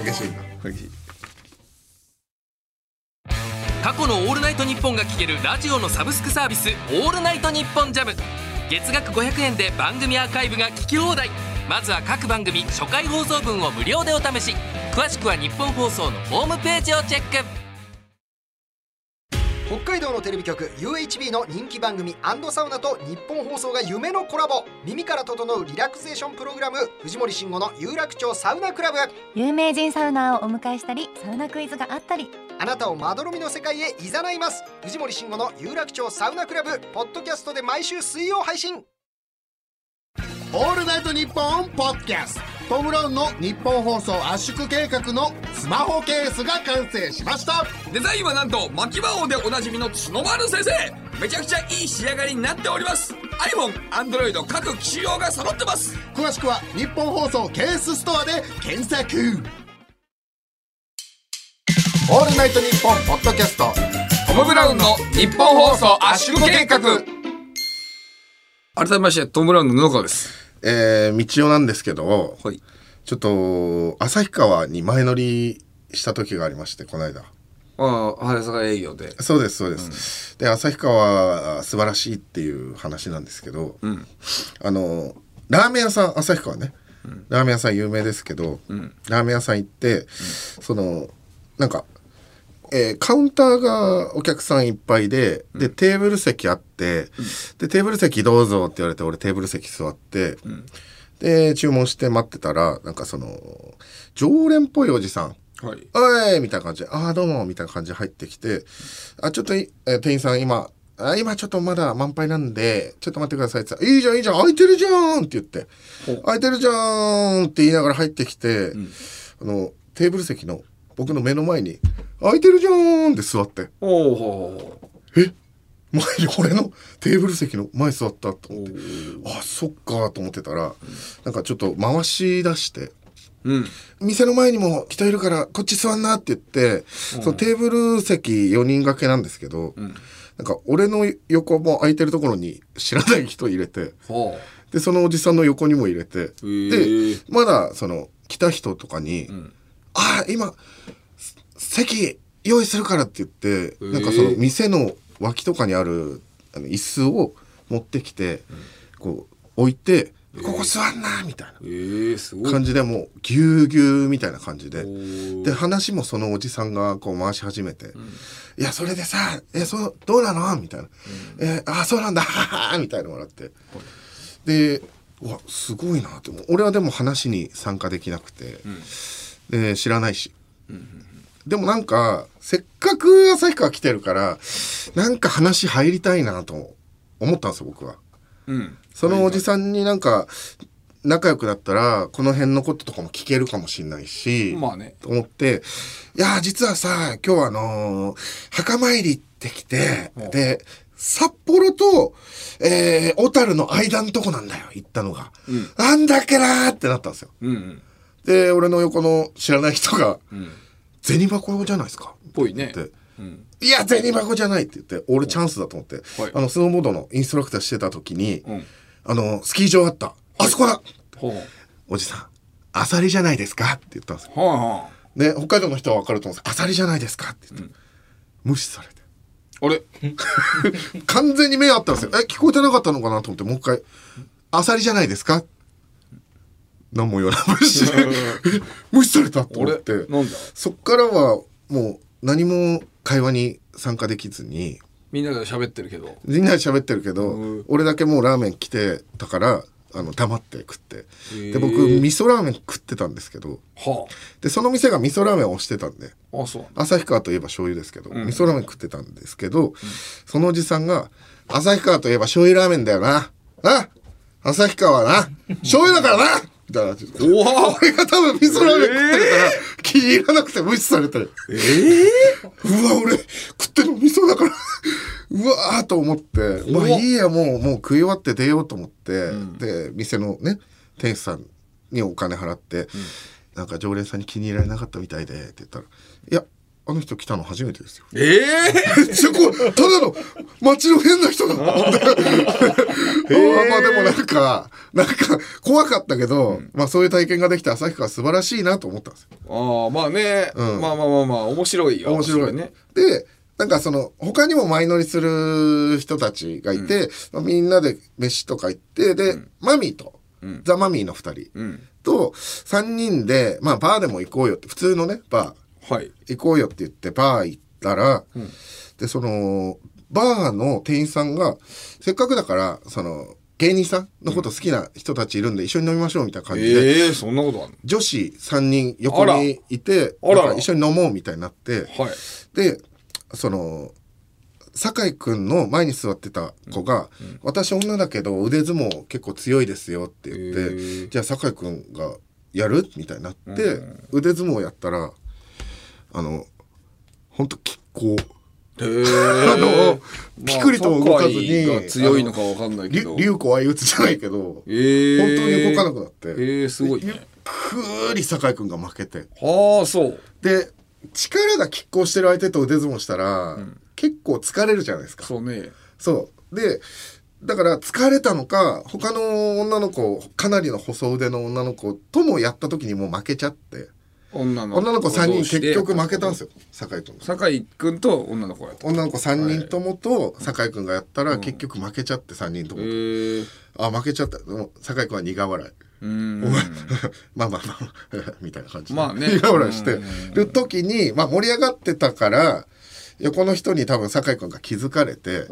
Speaker 1: 激しいな
Speaker 5: 過去の「オールナイトニッポン」が聴けるラジオのサブスクサービス「オールナイトニッポンジャム月額500円で番組アーカイブが聞き放題まずは各番組初回放送分を無料でお試し詳しくは日本放送のホームページをチェック
Speaker 6: 北海道のテレビ局 UHB の人気番組サウナと日本放送が夢のコラボ耳から整うリラクゼーションプログラム藤森慎吾の有楽町サウナクラブ
Speaker 7: 有名人サウナーをお迎えしたりサウナクイズがあったり
Speaker 6: あなたをまどろみの世界へ誘います藤森慎吾の有楽町サウナクラブポッドキャストで毎週水曜配信
Speaker 8: オールナイトニッポンポッドキャストトム・ローンの日本放送圧縮計画のスマホケースが完成しました
Speaker 2: デザインはなんと巻き魔王でおなじみの角丸先生めちゃくちゃいい仕上がりになっております iPhone、Android 各機種用が揃ってます
Speaker 8: 詳しくは日本放送ケースストアで検索
Speaker 1: オールナイトニッポンポッドキャスト
Speaker 2: トム・ブラウンの日本放送圧縮計画改めましてトム・ブラウンの布川です
Speaker 1: えー、道夫なんですけど
Speaker 2: はい
Speaker 1: ちょっと旭川に前乗りした時がありましてこの間
Speaker 2: ああ早坂営業で
Speaker 1: そうですそうです、で旭川素晴らしいっていう話なんですけど、あのラーメン屋さん旭川ね、ラーメン屋さん有名ですけど、ラーメン屋さん行って、そのなんか、えーカウンターがお客さんいっぱいででテーブル席あって、でテーブル席どうぞって言われて俺テーブル席座って、で注文して待ってたらなんかその常連っぽいおじさん
Speaker 2: はい
Speaker 1: 「おい!」みたいな感じで「ああどうも」みたいな感じで入ってきて「あちょっとい、えー店員さん今あ今ちょっとまだ満杯なんでちょっと待ってください」って言ったら「いいじゃんいいじゃん空いてるじゃん!」って言って「空いてるじゃん!」って言いながら入ってきて、あのテーブル席の僕の目の前に「空いてるじゃん!」って座って。
Speaker 2: おお
Speaker 1: 前に俺のテーブル席の前座ったと思ってあそっかと思ってたらなんかちょっと回し出して
Speaker 2: うん
Speaker 1: 店の前にも人いるからこっち座んなって言ってそのテーブル席4人掛けなんですけどなんか俺の横も空いてるところに知らない人入れて
Speaker 2: はあ
Speaker 1: でそのおじさんの横にも入れて
Speaker 2: へえ
Speaker 1: でまだその来た人とかに「ああ今せ席用意するから」って言ってなんかその店の脇とかにあるあの椅子を持ってきてこう置いて「ここ座んな」みたいな。
Speaker 2: ええすごい
Speaker 1: 感じでもうぎゅうぎゅうみたいな感じでで話もそのおじさんがこう回し始めて「いやそれでさえそうどうなの?」みたいな「えあそうなんだ」みたいなのもらってでうわすごいなって思う俺はでも話に参加できなくて、で知らないし。でもなんかせっかく旭川来てるからなんか話入りたいなと思ったんですよ僕は。
Speaker 2: うん
Speaker 1: そのおじさんになんか仲良くなったらこの辺のこととかも聞けるかもしれないし、
Speaker 2: まあね
Speaker 1: と思って「いやー実はさ今日はあのー墓参り行ってきてで札幌と、えー小樽の間のとこなんだよ行ったのが、なんだっけなーってなったんですよ
Speaker 2: うんうん
Speaker 1: で俺の横の知らない人が「銭箱じゃないですか」
Speaker 2: ぽいね
Speaker 1: っていや、銭箱じゃないって言って、俺チャンスだと思って、
Speaker 2: はい
Speaker 1: あの、スノーボードのインストラクターしてた時に、
Speaker 2: ん
Speaker 1: あの、スキー場あった。あそこだ
Speaker 2: は
Speaker 1: おじさん、アサリじゃないですかって言ったんですよ。
Speaker 2: あはあは
Speaker 1: で、北海道の人はわかると思うんですアサリじゃないですかって言って、無視されて。
Speaker 2: ああれ
Speaker 1: 完全に目あったんですよ。え、聞こえてなかったのかなと思って、もう一回、アサリじゃないですか何も言わない。無視。え 無視されたと思って
Speaker 2: あれなんだ。
Speaker 1: そっからは、もう何も会話に参加できずに、
Speaker 2: みんなで喋ってるけど
Speaker 1: みんなで喋ってるけど、俺だけもうラーメン来てたからあの黙って食ってで僕味噌ラーメン食ってたんですけど
Speaker 2: は
Speaker 1: でその店が味噌ラーメンを推してたんで
Speaker 2: ああそう
Speaker 1: 旭川といえば醤油ですけど、味噌ラーメン食ってたんですけど、そのおじさんが「旭川といえば醤油ラーメンだよなな旭川はな醤油だからな!」みたいな
Speaker 2: 怖っ
Speaker 1: 俺が多分味噌ラーメン食ってるから、気に入らなくて無視されてええうわ俺食ってるの味噌だからうわーと思ってまあいいやもうもう食い終わって出ようと思って、で店のね店主さんにお金払って、なんか常連さんに気に入られなかったみたいでって言ったら「いやあの人来たの初めてですよ」
Speaker 2: ええ
Speaker 1: そこただの街の変な人だあー まあでもなんかなんか怖かったけど、まあそういう体験ができて旭川素晴らしいなと思ったんですよ
Speaker 2: ああまあね、
Speaker 1: うん
Speaker 2: まあまあまあまあ面白いよ
Speaker 1: 面白いね
Speaker 2: ね
Speaker 1: でなんかその他にも前乗りする人たちがいて、まあみんなで飯とか行ってで、マミーと、ザ・マミーの2人、と3人で、まあ、バーでも行こうよって普通のねバー
Speaker 2: はい
Speaker 1: 行こうよって言ってバー行ったら、でそのバーの店員さんがせっかくだからその芸人さんのこと好きな人たちいるんで一緒に飲みましょうみたいな感じで、
Speaker 2: ええそんなことあんの
Speaker 1: 女子3人横にいて
Speaker 2: あら
Speaker 1: なんか一緒に飲もうみたいになって、
Speaker 2: はい
Speaker 1: でその酒井君の前に座ってた子が「私女だけど腕相撲結構強いですよ」って言って「じゃあ酒井君がやる?」みたいになって、腕相撲やったらあのほんと拮抗
Speaker 2: ええ
Speaker 1: あのピクリとも動かずに
Speaker 2: まあ酒井が強いのかわかんないけ
Speaker 1: り
Speaker 2: ど
Speaker 1: 竜子相打つじゃないけど、
Speaker 2: ええ
Speaker 1: 本当に動かなくなって、
Speaker 2: ええすごい
Speaker 1: ゆっ
Speaker 2: ね
Speaker 1: くり酒井君が負けて
Speaker 2: はあそう
Speaker 1: で力が拮抗してる相手と腕相撲したら、結構疲れるじゃないですか。
Speaker 2: そうね
Speaker 1: そう。で、だから疲れたのか、他の女の子、かなりの細腕の女の子ともやった時にもう負けちゃって、
Speaker 2: 女の
Speaker 1: 女の子3人
Speaker 2: 同士で
Speaker 1: 結局負けたんですよ、酒井君が。
Speaker 2: 酒井君と女の子がやった
Speaker 1: 女の子3人ともと酒井君がやったら結局負けちゃって3人とも。
Speaker 2: ええ
Speaker 1: あ、負けちゃった。でも酒井君は苦笑い。
Speaker 2: うん
Speaker 1: お前 まあまあまあみたいな感じで
Speaker 2: ま あね
Speaker 1: 苦笑いしてる時に、まあ、盛り上がってたから横の人に多分酒井君が気づかれて、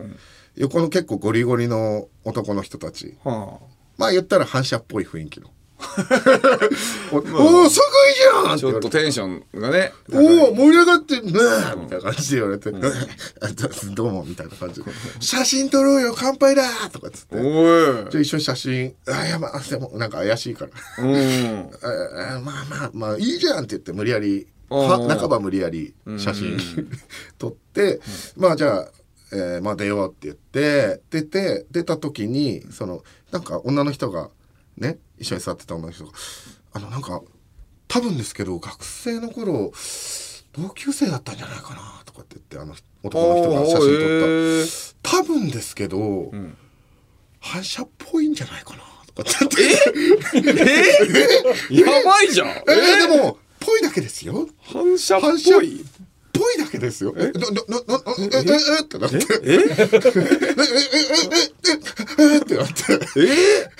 Speaker 1: 横の結構ゴリゴリの男の人たち
Speaker 2: はあ
Speaker 1: まあ言ったら反射っぽい雰囲気のおおー、酒井じゃん
Speaker 2: ちょっとテンションがね
Speaker 1: おおー盛り上がってんねみたいな感じで言われて、あど どうもみたいな感じで写真撮ろうよ乾杯だとかっつって
Speaker 2: おい
Speaker 1: じゃあ一緒に写真あやばでもなんか怪しいから
Speaker 2: うん
Speaker 1: ああまあまあまあいいじゃんって言って無理やり
Speaker 2: あ
Speaker 1: は
Speaker 2: あ
Speaker 1: 半ば無理やり写真 撮って、まあじゃあ、えーまあ出ようって言って出て出た時にそのなんか女の人がね一緒に座ってた女の人があのなんか多分ですけど学生の頃同級生だったんじゃないかなとかって言ってあの男の人が写真撮った、多分ですけど、反射っぽいんじゃないかなとかって言って
Speaker 2: やばいじゃん
Speaker 1: えー、でも、ぽいだけですよ。
Speaker 2: 反射っ
Speaker 1: 反射
Speaker 2: ぽい
Speaker 1: ぽいだけですよ。え、な、な、な、な、え、え、え、ってなって。え、え、え、え、 え、え、え、ってなって。え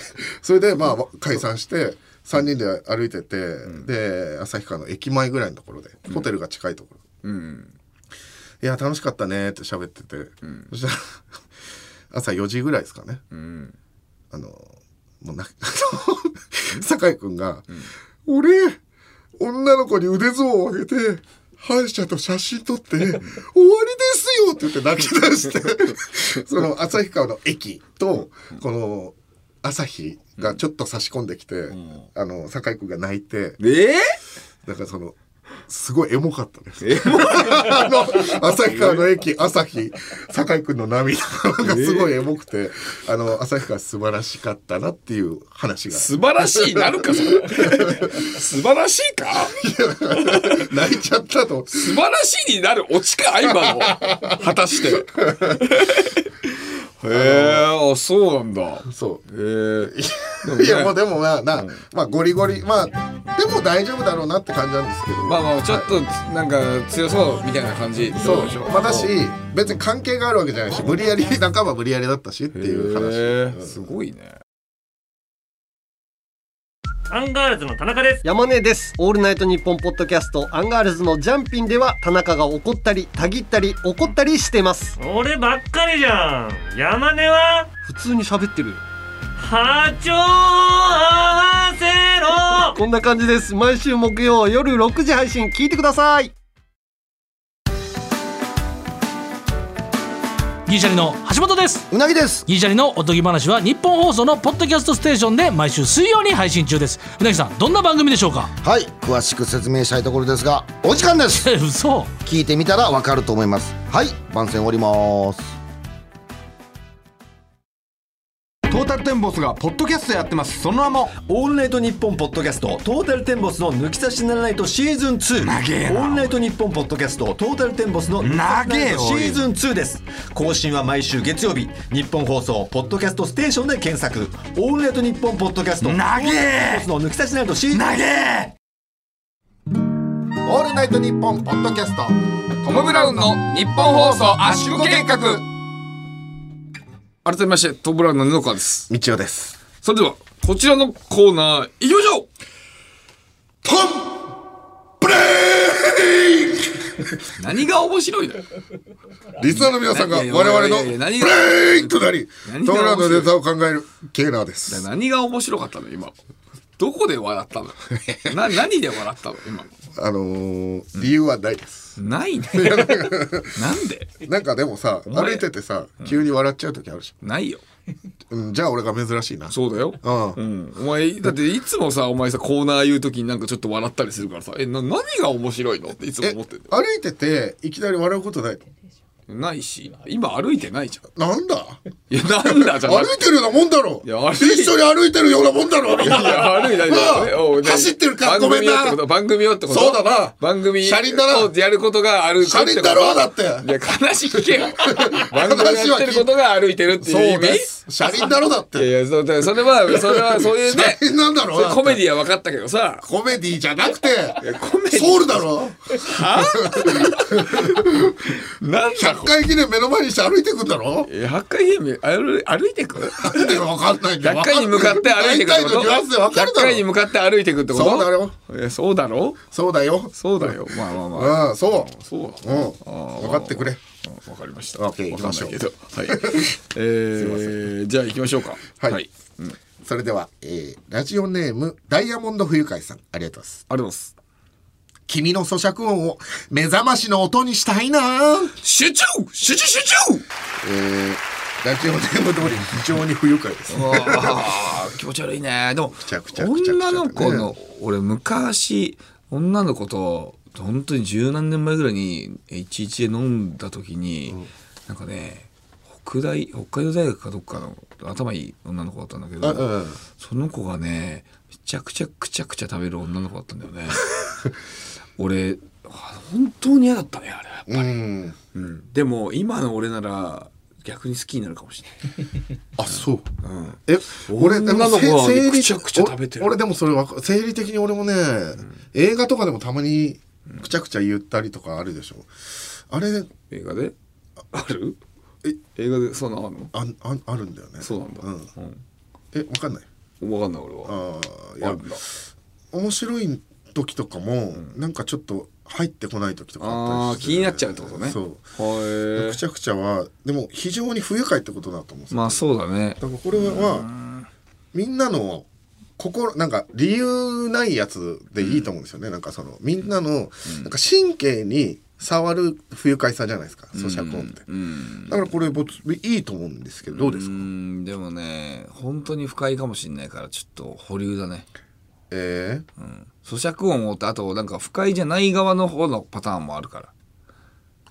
Speaker 1: それで、まあ、解散して、3人で歩いてて、で、旭川の駅前ぐらいのところで、ホテルが近いところ。
Speaker 2: うん
Speaker 1: いや、楽しかったねって喋ってて、そしたら、朝4時ぐらいですかね。
Speaker 2: うん
Speaker 1: あの、もうな、 酒井くんが、俺、女の子に腕相撲をあげて、反射と写真撮って、終わりですよって言って泣き出して、その旭川の駅と、この朝日がちょっと差し込んできて、あの、酒井くんが泣いて、
Speaker 2: えー
Speaker 1: なんかその、すごいエモかったです。あの、旭川の駅、朝日、酒井くんの涙がすごいエモくて、あの、旭川素晴らしかったなっていう話が。
Speaker 2: 素晴らしいなるかそれ素晴らしいか
Speaker 1: 泣いちゃったと。
Speaker 2: 素晴らしいになるオチか今の果たしてへえあそうなんだ
Speaker 1: そ
Speaker 2: へえ
Speaker 1: う。 いや、もうでもな、な、まあゴリゴリ、まあ、でも大丈夫だろうなって感じなんですけど。
Speaker 2: まあまあちょっとなんか強そうみたいな感じ
Speaker 1: そう
Speaker 2: でしょ
Speaker 1: まあだし別に関係があるわけじゃないし無理やり半ば無理やりだったしっていう
Speaker 2: へ
Speaker 1: 話
Speaker 2: えすごいね
Speaker 9: アンガールズの田中です
Speaker 10: 山根ですオールナイトニッポンポッドキャストアンガールズのジャンピンでは田中が怒ったりたぎったり怒ったりしてます
Speaker 9: 俺ばっかりじゃん山根は
Speaker 10: 普通に喋ってる
Speaker 9: 波長を合わせろ
Speaker 10: こんな感じです毎週木曜夜6時配信聞いてください
Speaker 11: ギリシャリの橋本です
Speaker 8: うなぎです
Speaker 11: ギリシャリのおとぎ話は日本放送のポッドキャストステーションで毎週水曜に配信中ですうなぎさんどんな番組でしょうか
Speaker 8: はい詳しく説明したいところですがお時間です
Speaker 11: え嘘
Speaker 8: 聞いてみたらわかると思いますはい番宣終わりますトータルテンボスがポッドキャストやってますその名も
Speaker 10: オールナイトニッポンポッドキャストトータルテンボスの抜き差しならないとシーズン2
Speaker 8: 長えな
Speaker 10: オールナイトニッポンポッドキャストトータルテンボスの抜き差しならないとシーズン2です更新は毎週月曜日日本放送ポッドキャストステーションで検索オールナイトニッポンポッドキャスト
Speaker 8: 長え
Speaker 10: の抜き差しならないとシーズン
Speaker 8: 長えオールナイトニッポンポッドキャスト
Speaker 2: トム・ブラウンの日本放送圧縮計画改めましてトム・ブラウンの布川です
Speaker 1: 道夫です
Speaker 2: それではこちらのコーナー行きましょう
Speaker 1: トンブレイク
Speaker 2: 何が面白いだよ
Speaker 1: リスナーの皆さんが我
Speaker 2: いやいや
Speaker 1: 々の
Speaker 2: いやい
Speaker 1: ブ
Speaker 2: や何が
Speaker 1: レイクとなり
Speaker 2: 何
Speaker 1: ト
Speaker 2: が
Speaker 1: ム・ブラウンのネタを考えるケーナーです
Speaker 2: 何が面白かったの今どこで笑ったのな何で笑ったの今
Speaker 1: あのー理由はないです
Speaker 2: ないねなんで
Speaker 1: なんかでもさ
Speaker 2: 前
Speaker 1: 歩いててさ急に笑っちゃう時あるじ
Speaker 2: ないよ
Speaker 1: ゃん、うん、じゃあ俺が珍しいな
Speaker 2: そうだよ
Speaker 1: うん
Speaker 2: うん、お前だっていつもさお前さコーナー言う時になんかちょっと笑ったりするからさ「えな何が面白いの?」っていつも
Speaker 1: え
Speaker 2: 思ってんだよ
Speaker 1: 歩いてていきなり笑うことない
Speaker 2: ないし今歩いてないじゃん
Speaker 1: なんだ
Speaker 2: いやなんだじゃん
Speaker 1: 歩いてるようなもんだろ
Speaker 2: いや歩い
Speaker 1: 一緒に歩いてるようなもんだろみん
Speaker 2: い
Speaker 1: な
Speaker 2: や歩いてないじゃん
Speaker 1: うん
Speaker 2: えおう何
Speaker 1: 走ってるか
Speaker 2: 番組
Speaker 1: ごめんな
Speaker 2: をってこと番組をってこと
Speaker 1: そうだな
Speaker 2: 番組
Speaker 1: 車輪だな
Speaker 2: をやることが歩くってこ
Speaker 1: 車
Speaker 2: と
Speaker 1: 輪だろだって
Speaker 2: いや悲しい聞けよ番組やってることが歩いてるっていう意味
Speaker 1: そうです車輪だろだっ
Speaker 2: い
Speaker 1: て
Speaker 2: やいやそれそれはそれはそういうね
Speaker 1: 車輪なんだろ
Speaker 2: それコメデ
Speaker 1: ィ
Speaker 2: ィは分かったけどさ
Speaker 1: コメディじゃなくて
Speaker 2: コメディ
Speaker 1: ソウルだろ
Speaker 2: なんだろ
Speaker 1: 100回記念目の前にして歩いてくんだろ
Speaker 2: うえ100回ゲーム歩歩いてく
Speaker 1: なんでわかんないんだよ
Speaker 2: 100回に向かって歩いてくってこ
Speaker 1: 大体
Speaker 2: と
Speaker 1: のニュアンスでわかるだろ
Speaker 2: 回に向かって歩いてくってこと
Speaker 1: そうだろ
Speaker 2: えそうだろ
Speaker 1: そうだよ
Speaker 2: そうだよまあまあまあ
Speaker 1: うんそ
Speaker 2: そうだ
Speaker 1: ううん分かってくれ
Speaker 2: わかりました。
Speaker 1: OK 行きましょう
Speaker 2: わかんないけどはい。えーじゃあ行きましょうか。
Speaker 1: はいそれでは、えーラジオネームダイヤモンド不愉快さんありがとうございます
Speaker 2: ありがとうございます
Speaker 1: 君の咀嚼音を目覚ましの音にしたいな
Speaker 2: 集中集中集中
Speaker 1: えーラジオネーム通り非常に不愉快ですね
Speaker 2: あー気持ち悪いねでも
Speaker 1: くちゃくちゃくちゃくちゃ
Speaker 2: 女の子の俺昔女の子と本当に十何年前ぐらいに11で飲んだ時に、なんかね北大北海道大学かどっかの頭いい女の子だったんだけ
Speaker 1: あうんうん
Speaker 2: どその子がねめちゃくちゃくちゃくちゃ食べる女の子だったんだ よね俺あ本当に嫌だったねあれは
Speaker 1: うん
Speaker 2: うん、でも今の俺なら逆に好きになるかもし
Speaker 1: あそう
Speaker 2: れない、うん、
Speaker 1: え俺で
Speaker 2: 女
Speaker 1: も
Speaker 2: の子は
Speaker 1: せ生理
Speaker 2: くちゃくちゃ食べてる
Speaker 1: お俺でもそれは生理的に俺もね、映画とかでもたまにくちゃくちゃ言ったりとかあるでしょあれ
Speaker 2: 映画である映画でそんなのあるの
Speaker 1: あああるんだよね
Speaker 2: そうなんだ、
Speaker 1: うん、えわかんない
Speaker 2: 分かんない俺
Speaker 1: あ
Speaker 2: は
Speaker 1: あい
Speaker 2: あ
Speaker 1: や
Speaker 2: るんだ
Speaker 1: 面白い時とかも、なんかちょっと入ってこない時とかあっ
Speaker 2: あー
Speaker 1: たりして
Speaker 2: 気になっちゃうってことね
Speaker 1: そう
Speaker 2: は
Speaker 1: くちゃくちゃはでも非常に不愉快ってことだと思うんです
Speaker 2: い
Speaker 1: よ
Speaker 2: まあそうだね
Speaker 1: だからこれはみんなの心なんか理由ないやつでいいと思うんですよね、なんかそのみんなの、なんか神経に触る不愉快さじゃないですか咀嚼音って、
Speaker 2: うん
Speaker 1: だからこれ僕いいと思うんですけどどうですか、
Speaker 2: うんでもね本当に不快かもしれないからちょっと保留だね
Speaker 1: えー
Speaker 2: 咀嚼音をってあとなんか不快じゃない側の方のパターンもあるから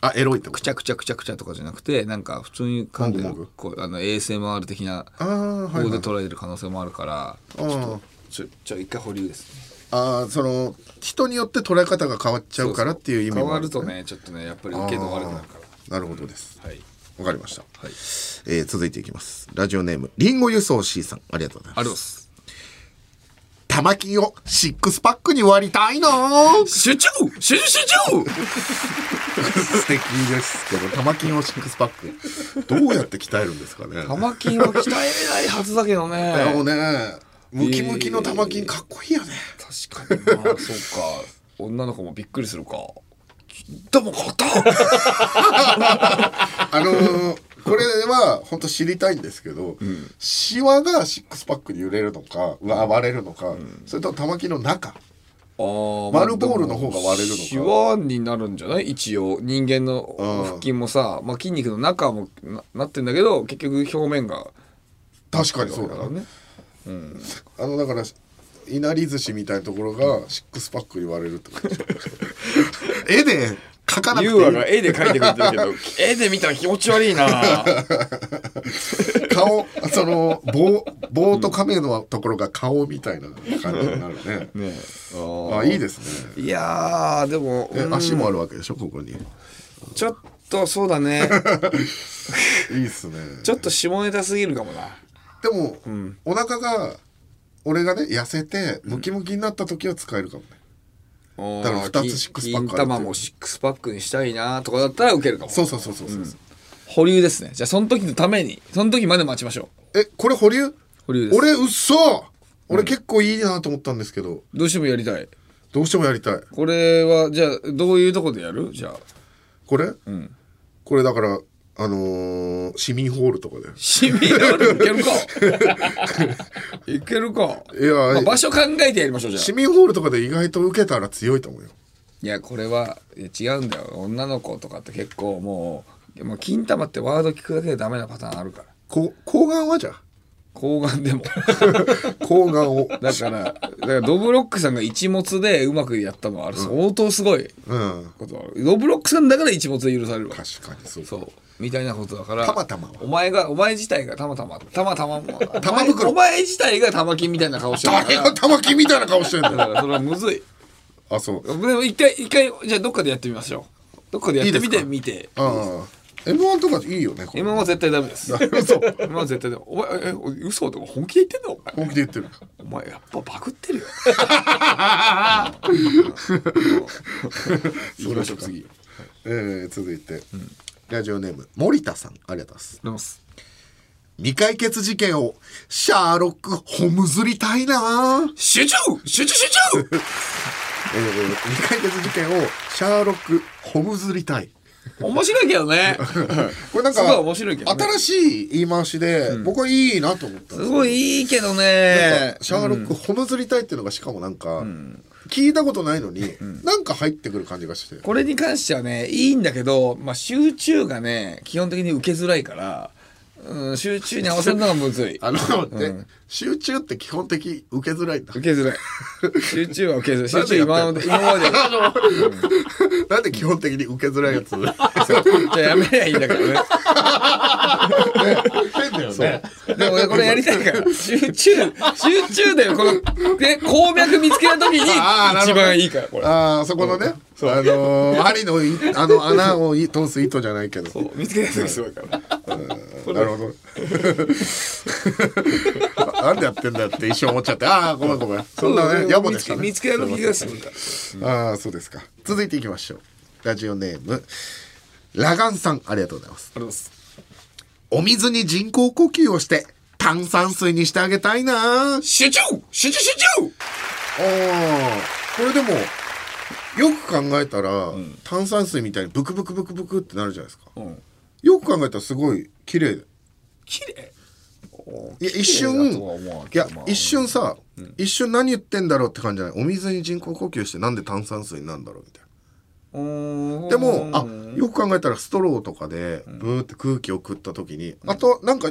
Speaker 1: あエロいってこ
Speaker 2: く
Speaker 1: と
Speaker 2: ちゃくちゃくちゃくちゃとかじゃなくてなんか普通に噛んで
Speaker 1: もぐも
Speaker 2: る
Speaker 1: ぐ
Speaker 2: こうあの ASMR 的な
Speaker 1: ああ
Speaker 2: こ
Speaker 1: はい、は
Speaker 2: こで
Speaker 1: い、
Speaker 2: 捉える可能性もあるか
Speaker 1: あ
Speaker 2: ら
Speaker 1: ー
Speaker 2: ちょちょ一回保留ですね
Speaker 1: あーその人によって捉え方が変わっちゃうからっていう意味
Speaker 2: 変
Speaker 1: も
Speaker 2: わ
Speaker 1: あん
Speaker 2: る
Speaker 1: です
Speaker 2: と
Speaker 1: ね
Speaker 2: ねちょっとねやっぱり受けが悪くなるから
Speaker 1: なるほどです
Speaker 2: はい
Speaker 1: わかりました、
Speaker 2: は
Speaker 1: え
Speaker 2: い
Speaker 1: ー続いていきますラジオネームリンゴ輸送 C さんありがとうございます
Speaker 2: あります
Speaker 1: 玉金をシックスパックに割りたいの
Speaker 2: 集中集中集中
Speaker 1: 素敵ですけど玉金をシックスパックどうやって鍛えるんですかね
Speaker 2: 玉金は鍛えれないはずだけどね
Speaker 1: でもねムキムキの玉金かっこいいよね、
Speaker 2: 確かにまあそうか女の子もびっくりするかで も硬
Speaker 1: あ
Speaker 2: っ
Speaker 1: のーこれは本当知りたいんですけど、シワがシックスパックに揺れるのかうわ割れるのか、それとも玉金の中
Speaker 2: あー
Speaker 1: 丸ボールの方が割れるのか
Speaker 2: シワになるんじゃない一応人間の
Speaker 1: うん
Speaker 2: 腹筋もさ、まあ、筋肉の中もななってんだけど結局表面が
Speaker 1: 確かにそうだな
Speaker 2: ね
Speaker 1: あのだからいなり寿司みたいなところがシックスパックに割れるってこと 絵で描かなくてい
Speaker 2: 優
Speaker 1: い
Speaker 2: 雅が絵で描いてくれてるけど 絵で見たら気持ち悪いな
Speaker 1: 顔その棒棒と亀のところが顔みたいな感じになるね
Speaker 2: ね
Speaker 1: あいいですね
Speaker 2: いやーでも
Speaker 1: え
Speaker 2: うん
Speaker 1: 足もあるわけでしょここにい
Speaker 2: ちょっとそうだね
Speaker 1: いっすね
Speaker 2: ちょっと下ネタすぎるかもな
Speaker 1: でも、お腹が俺がね痩せてムキムキになった時は使えるかもね、だから二つシックスパックあるっていう
Speaker 2: 金玉もシックスパックにしたいなとかだったら受けるかも
Speaker 1: そうそうそうそうそうそう、
Speaker 2: 保留ですねじゃあその時のためにその時まで待ちましょ
Speaker 1: えこれ保留
Speaker 2: う保留です
Speaker 1: 俺うっそ俺結構いいなと思ったんですけど
Speaker 2: どうしてもやりたい
Speaker 1: どうしてもやりたい
Speaker 2: これはじゃあどういうとこでやるじゃあ
Speaker 1: これ、これだからあのー市民ホールとかで
Speaker 2: 市民ホールいけるか いけるか
Speaker 1: いや
Speaker 2: まあ場所考えてやりましょうじゃ
Speaker 1: 市
Speaker 2: あ
Speaker 1: 民ホールとかで意外と受けたら強いと思うよ
Speaker 2: いやこれはいや違うんだよ女の子とかって結構もうもう金玉ってワード聞くだけでダメなパターンあるから
Speaker 1: こ睾丸はじゃあ
Speaker 2: 睾丸でも
Speaker 1: 睾丸を
Speaker 2: だからだからドブロックさんが一物でうまくやったのはあれ相当すごい
Speaker 1: うん
Speaker 2: ことあるドブロックさんだから一物で許されるわ
Speaker 1: 確かにそう
Speaker 2: そうみたいなことだから
Speaker 1: たまたまは
Speaker 2: お前がお前自体がたまたまたまたまもた
Speaker 1: ま袋
Speaker 2: お前自体が玉金みたいな顔してるか
Speaker 1: 誰が
Speaker 2: ら
Speaker 1: 玉木みたいな顔してん
Speaker 2: だ
Speaker 1: だ
Speaker 2: からそれはむずい
Speaker 1: あそう
Speaker 2: でも一回一回じゃあどっかでやってみましょうどっかでやってみ
Speaker 1: い
Speaker 2: て
Speaker 1: いですか
Speaker 2: 見て
Speaker 1: ああ M1 とかいいよねこれ
Speaker 2: 今は絶対ダメです
Speaker 1: 嘘
Speaker 2: 今は絶対ダメお前え嘘とか本気で言ってんのお前
Speaker 1: 本気で言ってる
Speaker 2: お前やっぱバグってるよ
Speaker 1: そうでしょ次、えー、続いて、ラジオネーム森田さんありがとうございます
Speaker 2: でもす
Speaker 1: 未解決事件をシャーロックホムズりたいなぁ
Speaker 2: 集中集中集中
Speaker 1: えー未解決事件をシャーロックホムズりたい
Speaker 2: 面白いけどね
Speaker 1: これなん
Speaker 2: すごい
Speaker 1: か
Speaker 2: 面白いけどね
Speaker 1: 新しい言い回しで、僕はいいなと思ったんです
Speaker 2: ごいいいけどね
Speaker 1: なんかシャーロック・ホムズりたいっていうのがしかもなんか、聞いたことないのに、なんか入ってくる感じがして
Speaker 2: これに関してはねいいんだけど、まあ、集中がね基本的に受けづらいから、うん、集中に合わせるのがむずい
Speaker 1: あの待って、
Speaker 2: うん
Speaker 1: 集中って基本的受けづらいんだ
Speaker 2: 受けづらい集中は受けづらい集
Speaker 1: なん
Speaker 2: 中
Speaker 1: でや
Speaker 2: 今ま
Speaker 1: って
Speaker 2: で
Speaker 1: んの
Speaker 2: 今まで
Speaker 1: なんで基本的に受けづらい やつ
Speaker 2: じゃあやめりゃいいんだからね
Speaker 1: 変だよね
Speaker 2: でも俺これやりたいから集中集中だよこので鉱脈見つけた時に
Speaker 1: あーなる
Speaker 2: 一
Speaker 1: ほど
Speaker 2: 番いいからこれ
Speaker 1: ああそこのね、あのー針のい あの穴をい通す糸じゃないけど
Speaker 2: 見つけた時すごいから
Speaker 1: なるほど なんでやってんだよって一瞬思っちゃってああごめんごめんそんなね野暮でしたね
Speaker 2: 見つけ見つけた時がすごいから
Speaker 1: ああそうですか続いていきましょうラジオネームラガンさんありがとうございます
Speaker 2: ありがとうございます
Speaker 1: お水に人工呼吸をして炭酸水にしてあげたいな
Speaker 2: 集中集中集中
Speaker 1: あーこれでもよく考えたら、炭酸水みたいにブクブクブクブクってなるじゃないですか、
Speaker 2: ん
Speaker 1: よく考えたらすごい綺麗で
Speaker 2: 綺麗
Speaker 1: いや一瞬いや一瞬さ、一瞬何言ってんだろうって感じじゃないお水に人工呼吸してなんで炭酸水になるんだろうみたいなでもあよく考えたらストローとかでブーって空気を食った時に、あとなんか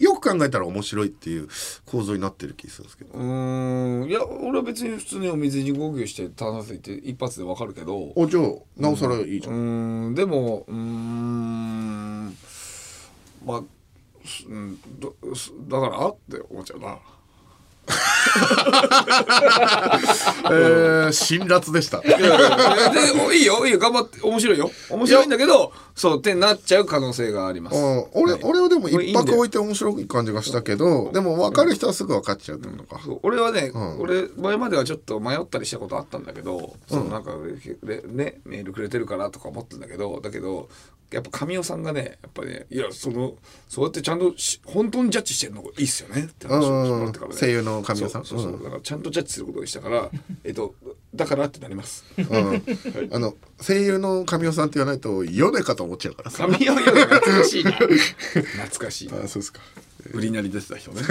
Speaker 1: よく考えたら面白いっていう構造になってる気するんですけど
Speaker 2: うーんいや俺は別に普通にお水に合流して炭酸水って一発でわかるけど
Speaker 1: おじゃあなおさらいいじ
Speaker 2: う
Speaker 1: ゃん、
Speaker 2: ーんでもうーんまあすうんどすだからあって思っちゃうな
Speaker 1: えー辛辣で した
Speaker 2: いやいやいやでもいいよいいよ頑張って面白いよ面白いんだけどそうってなっちゃう可能性があります
Speaker 1: うん俺俺はでも
Speaker 2: これいい
Speaker 1: 一
Speaker 2: んだよ
Speaker 1: 泊置いて面白い感じがしたけどでも分かる人はすぐ分かっちゃうってことか、
Speaker 2: そう俺はね、
Speaker 1: ん
Speaker 2: 俺前まではちょっと迷ったりしたことあったんだけど、そのなんかねねメールくれてるかなとか思ってんだけどだけどやっぱ神尾さんがねやっぱねいやそのそうやってちゃんとし本当にジャッジしてるのがいいっすよねって話をしてもらってからね
Speaker 1: うん声優の神尾さん
Speaker 2: そうそうそう
Speaker 1: うん
Speaker 2: だからちゃんとジャッジすることにしたからえっとだからってなります
Speaker 1: うん、あの声優の神尾さんって言わないとヨネかと思っちゃうからさ
Speaker 2: 神尾より懐か しいな懐かしい
Speaker 1: あそうですか
Speaker 2: 売りなり出てた人ね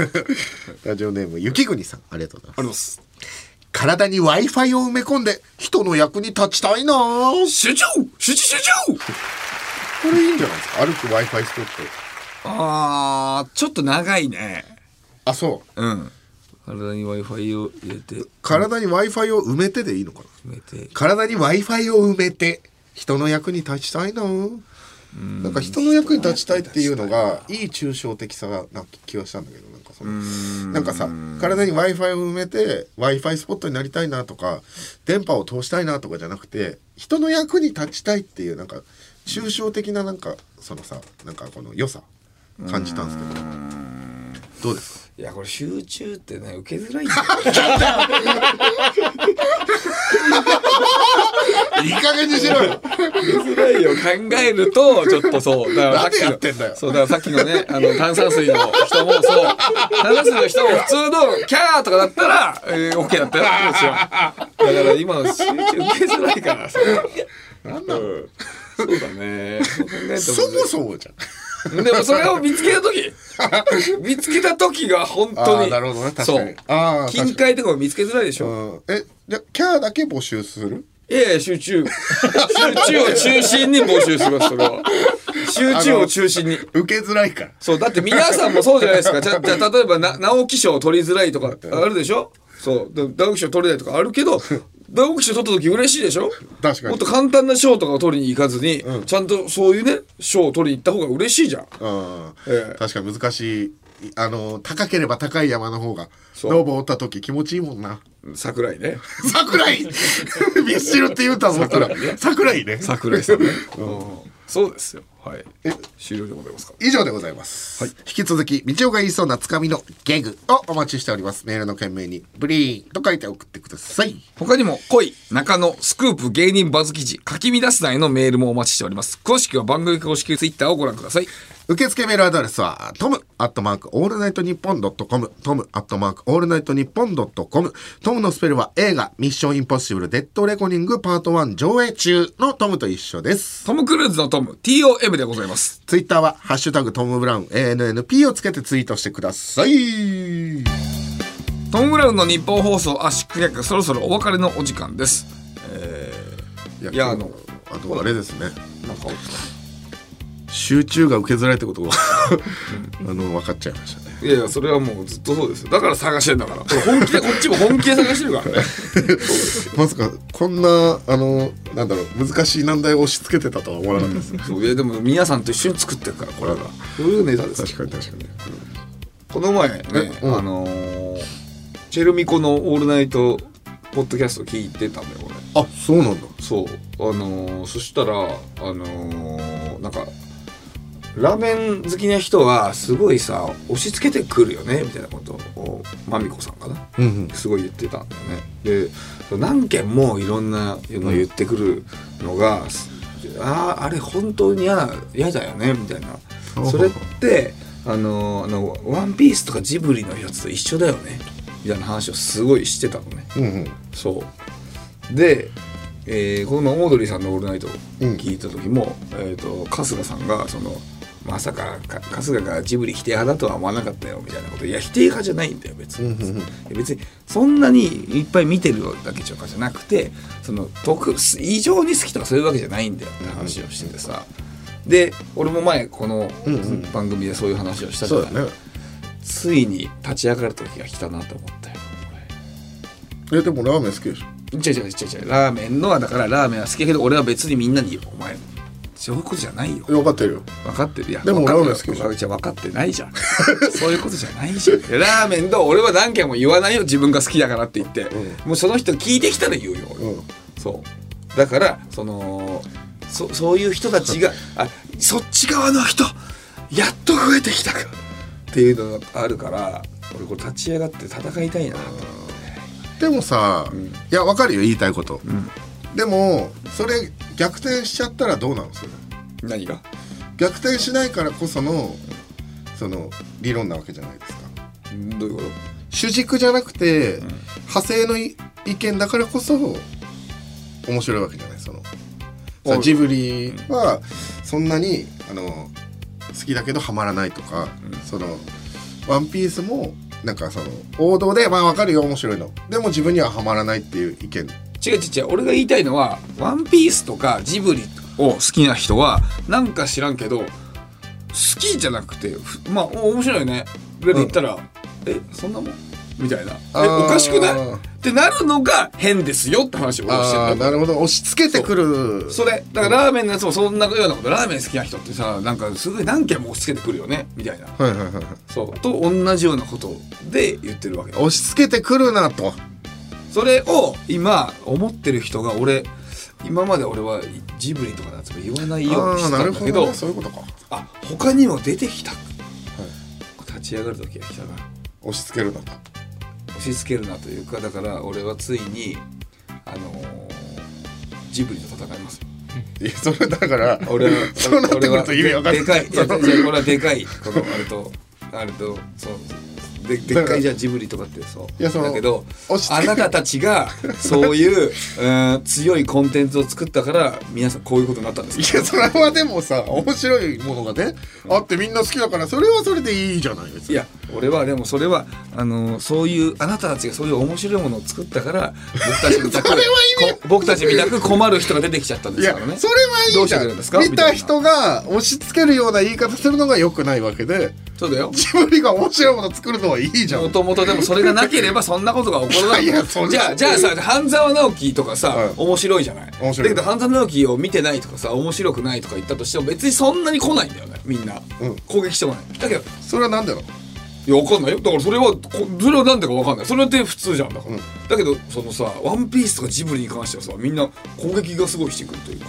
Speaker 1: ラジオネーム雪国さんありがとうございます
Speaker 2: あります
Speaker 1: 体に w i f i を埋め込んで人の役に立ちたいなあ
Speaker 2: 集中集中集中
Speaker 1: これいいんじゃないですか歩く w i f i スポット
Speaker 2: あーちょっと長いね
Speaker 1: あそう
Speaker 2: うん。体に Wi-Fi を入れて、埋
Speaker 1: 体に w i f i を埋めてでいいのかな
Speaker 2: めて。
Speaker 1: 体に w i f i を埋めて人の役に立ちたいなあなんか人の役に立ちたいっていうのがいい抽象的さがなんか気がしたんだけどなんかそのなんかさ体に w i f i を埋めて w i f i スポットになりたいなとか電波を通したいなとかじゃなくて人の役に立ちたいっていうなんか抽象的ななんかそのさなんかこの良さ感じたんですけどどうです
Speaker 2: いや、これ集中ってね、受けづらいんだ
Speaker 1: かいい加減にしろよ
Speaker 2: よ。受けづらいよ。考えると、ちょっとそう。だからさっき
Speaker 1: 何
Speaker 2: の
Speaker 1: やってんだよ
Speaker 2: そう、だからさっきのね、あの、炭酸水の人も、そう。炭酸水の人も普通のキャーとかだったら、えー、OK だったよ。もちろん。だから今の集中受けづらいからさ。
Speaker 1: なんなの
Speaker 2: そうだね。そう考えて
Speaker 1: そもそもじゃん
Speaker 2: も。でもそれを見つけ た時見つけた時が本当
Speaker 1: あー
Speaker 2: に。
Speaker 1: なるほどね確
Speaker 2: そ
Speaker 1: かに
Speaker 2: う。
Speaker 1: ああ
Speaker 2: 近海とかも見つけづらいでしょ。
Speaker 1: うんえじゃあキャーだけ募集する
Speaker 2: いやいや、集中。集中を中心に募集します、それは。集中を中心に。
Speaker 1: 受けづらいから
Speaker 2: そう、だって皆さんもそうじゃないですか。じゃ、じゃあ例えばな、直木賞取りづらいとかあるでしょそう。で直木賞取れないとかあるけど、直木賞取った時嬉しいでしょ
Speaker 1: 確かに
Speaker 2: もっと簡単な賞とかを取りに行かずに、ちゃんとそういうね、賞を取りに行った方が嬉しいじゃん。
Speaker 1: うん
Speaker 2: ええ
Speaker 1: 確かに難しいいあの高ければ高い山の方が
Speaker 2: そう
Speaker 1: ノーボ折った時気持ちいいもんな
Speaker 2: 桜井ね。
Speaker 1: 桜 井ミッシルって言うと思ったら桜井ね
Speaker 2: 桜井さんね。うんそうですよ。はい。終了でございますか。
Speaker 1: 以上でございます、引き続き道夫が言いそうなつかみのゲグをお待ちしておりますメールの件名に「ブリーン」と書いて送ってください
Speaker 2: 他にも、恋、中野、スクープ、芸人バズ記事、書き乱すなへのメールもお待ちしております。詳しくは番組公式ツイッターをご覧ください。
Speaker 1: 受付メールアドレスは、トム、アットマーク、オールナイトニッポンドットコム、トム、アットマーク、オールナイトニッポンドットコム、トムのスペルは映画、ミッションインポッシブル、デッドレコニング、パート1上映中のトムと一緒です。
Speaker 2: トム・クルーズのトム、TOM でございます。
Speaker 1: ツイッターは、ハッシュタグトム・ブラウン ANNP をつけてツイートしてください。
Speaker 2: トム・ブラウンの日本放送圧縮客、そろそろお別れのお時間です。えー、いや、あの、
Speaker 1: あとあれですね。集中が受けづらいってことがあの分かっちゃいましたね。
Speaker 2: いやいや、それはもうずっとそうですよ。だから探してんだから。これ本気で、こっちも本気で探してるからね。
Speaker 1: まさかこんなあのなんだろう難しい難題を押し付けてたとは思わなかったです。
Speaker 2: そういやでも皆さんと一緒に作ってるからこれがそういうネタです
Speaker 1: 確かに確かに。
Speaker 2: この前ね、あのーチェルミコの「オールナイト」ポッドキャスト聞いてたんだよ
Speaker 1: 俺あそうなんだ
Speaker 2: そうあのーそしたらあのーなんかラーメン好きな人はすごいさ押し付けてくるよねみたいなことをまみこさんかな
Speaker 1: うん
Speaker 2: すごい言ってたんだよね。で何件もいろんなの言ってくるのが、あああれ本当に嫌な嫌だよねみたいなそれってあのあの「ワンピースとかジブリのやつと一緒だよねみたいな話をすごいしてたのね。
Speaker 1: うんうん
Speaker 2: そうで、えーこの前オードリーさんの「オールナイト」聞いた時も、えー、と春日さんがその「まさかか春日がジブリ否定派だとは思わなかったよ」みたいなこと「いや否定派じゃないんだよ別に」いや別にそんなにいっぱい見てるだけとかじゃなくてその特異常に好きとかそういうわけじゃないんだよって話をしててさ、で俺も前この番組でそういう話をしたじゃない、ついに立ち上がる時が来たなと思ったよ
Speaker 1: えでもラーメン好きでし
Speaker 2: 違う違う違う違うラーメンのはだからラーメンは好きだけど俺は別にみんなにお前そういうことじゃないよ
Speaker 1: ょ。分かってるよ。
Speaker 2: 分かってるや
Speaker 1: でも
Speaker 2: 分かってる
Speaker 1: ラーメン好きでしょ
Speaker 2: じゃ分かってないじゃんそういうことじゃないじ ゃんラーメンと俺は何件も言わないよ自分が好きだからって言って、もうその人聞いてきたら言うよ、俺そうだからそのそそういう人たちがあそっち側の人やっと増えてきたかっていうのがあるから俺これ立ち上がって戦いたいなと
Speaker 1: でもさ、いや分かるよ言いたいこと。でもそれ逆転しちゃったらどうなのそれ。
Speaker 2: 何が
Speaker 1: 逆転しないからこそのその理論なわけじゃないですか。
Speaker 2: どういうこと
Speaker 1: 主軸じゃなくて、派生のい意見だからこそ面白いわけじゃないその
Speaker 2: お
Speaker 1: さ
Speaker 2: う
Speaker 1: ジブリはそんなにあの好きだけどハマらないとか、その「ワンピースもなんかその王道でまあわかるよ面白いのでも自分にはハマらないっていう意見
Speaker 2: 違う違う違う俺が言いたいのは「ワンピースとかジブリを好きな人はなんか知らんけど好きじゃなくてふまあお面白いよねぐらいで言ったら「えそんなもん?」みたいな「
Speaker 1: あ
Speaker 2: え
Speaker 1: ー
Speaker 2: おかしくない?」ってなるのが変ですよって話を俺はして
Speaker 1: あ
Speaker 2: る
Speaker 1: あなるほど押し付けてくる
Speaker 2: それだからラーメンのやつもそんなようなことラーメン好きな人ってさなんかすごい何件も押し付けてくるよねみたいな
Speaker 1: はいはいはいはい
Speaker 2: そうと同じようなことで言ってるわけ
Speaker 1: 押し付けてくるなと
Speaker 2: それを今思ってる人が俺今まで俺はジブリとかのやつも言わないようにしてたんだけ
Speaker 1: あ
Speaker 2: ど
Speaker 1: ーなるほどねそういうことか
Speaker 2: あ他にも出てきた、立ち上がる時が来たな
Speaker 1: 押し付けるなと
Speaker 2: 押し付けるなというかだから俺はついにあのージブリと戦います
Speaker 1: いやそれだから
Speaker 2: 俺は
Speaker 1: そうなってくると意味わかんない
Speaker 2: ででかいいやじゃあじゃあこれはでかいこのあれとあれとそうででっかいじゃあジブリとかってそう
Speaker 1: いやその
Speaker 2: だけど
Speaker 1: 押し
Speaker 2: あ
Speaker 1: 付け
Speaker 2: なたたちがそういう、うん強いコンテンツを作ったから皆さんこういうことになったんです
Speaker 1: いやそれはでもさ面白いものがねあってみんな好きだからそれはそれでいいじゃないです
Speaker 2: い
Speaker 1: か
Speaker 2: や俺はでもそれはあのそういうあなたたちがそういう面白いものを作ったから僕たちみた く
Speaker 1: それは意味
Speaker 2: こ僕たちみたく困る人が出てきちゃったんで
Speaker 1: い
Speaker 2: す
Speaker 1: や
Speaker 2: からね
Speaker 1: それはい
Speaker 2: ど
Speaker 1: いうじ
Speaker 2: して
Speaker 1: ゃ
Speaker 2: くれるんですか
Speaker 1: ん見た人が押し付けるような言い方するのが良くないわけで
Speaker 2: そうだよ
Speaker 1: ジブリが面白いもの作るのはいいじゃん
Speaker 2: もともとでもそれがなければそんなことが起こらない
Speaker 1: いやそんな
Speaker 2: じゃあじゃあさ半沢直樹とかさ、面白いじゃない
Speaker 1: 面白い
Speaker 2: だけど半沢直樹を見てないとかさ面白くないとか言ったとしても別にそんなに来ないんだよねみんな、攻撃してこないだけど
Speaker 1: それは何だろう
Speaker 2: いやわかんないよだからそれはこそれは何だかわかんないそれって普通じゃんだから、だけどそのさ「ワンピースとかジブリに関してはさみんな攻撃がすごいしてくるというか、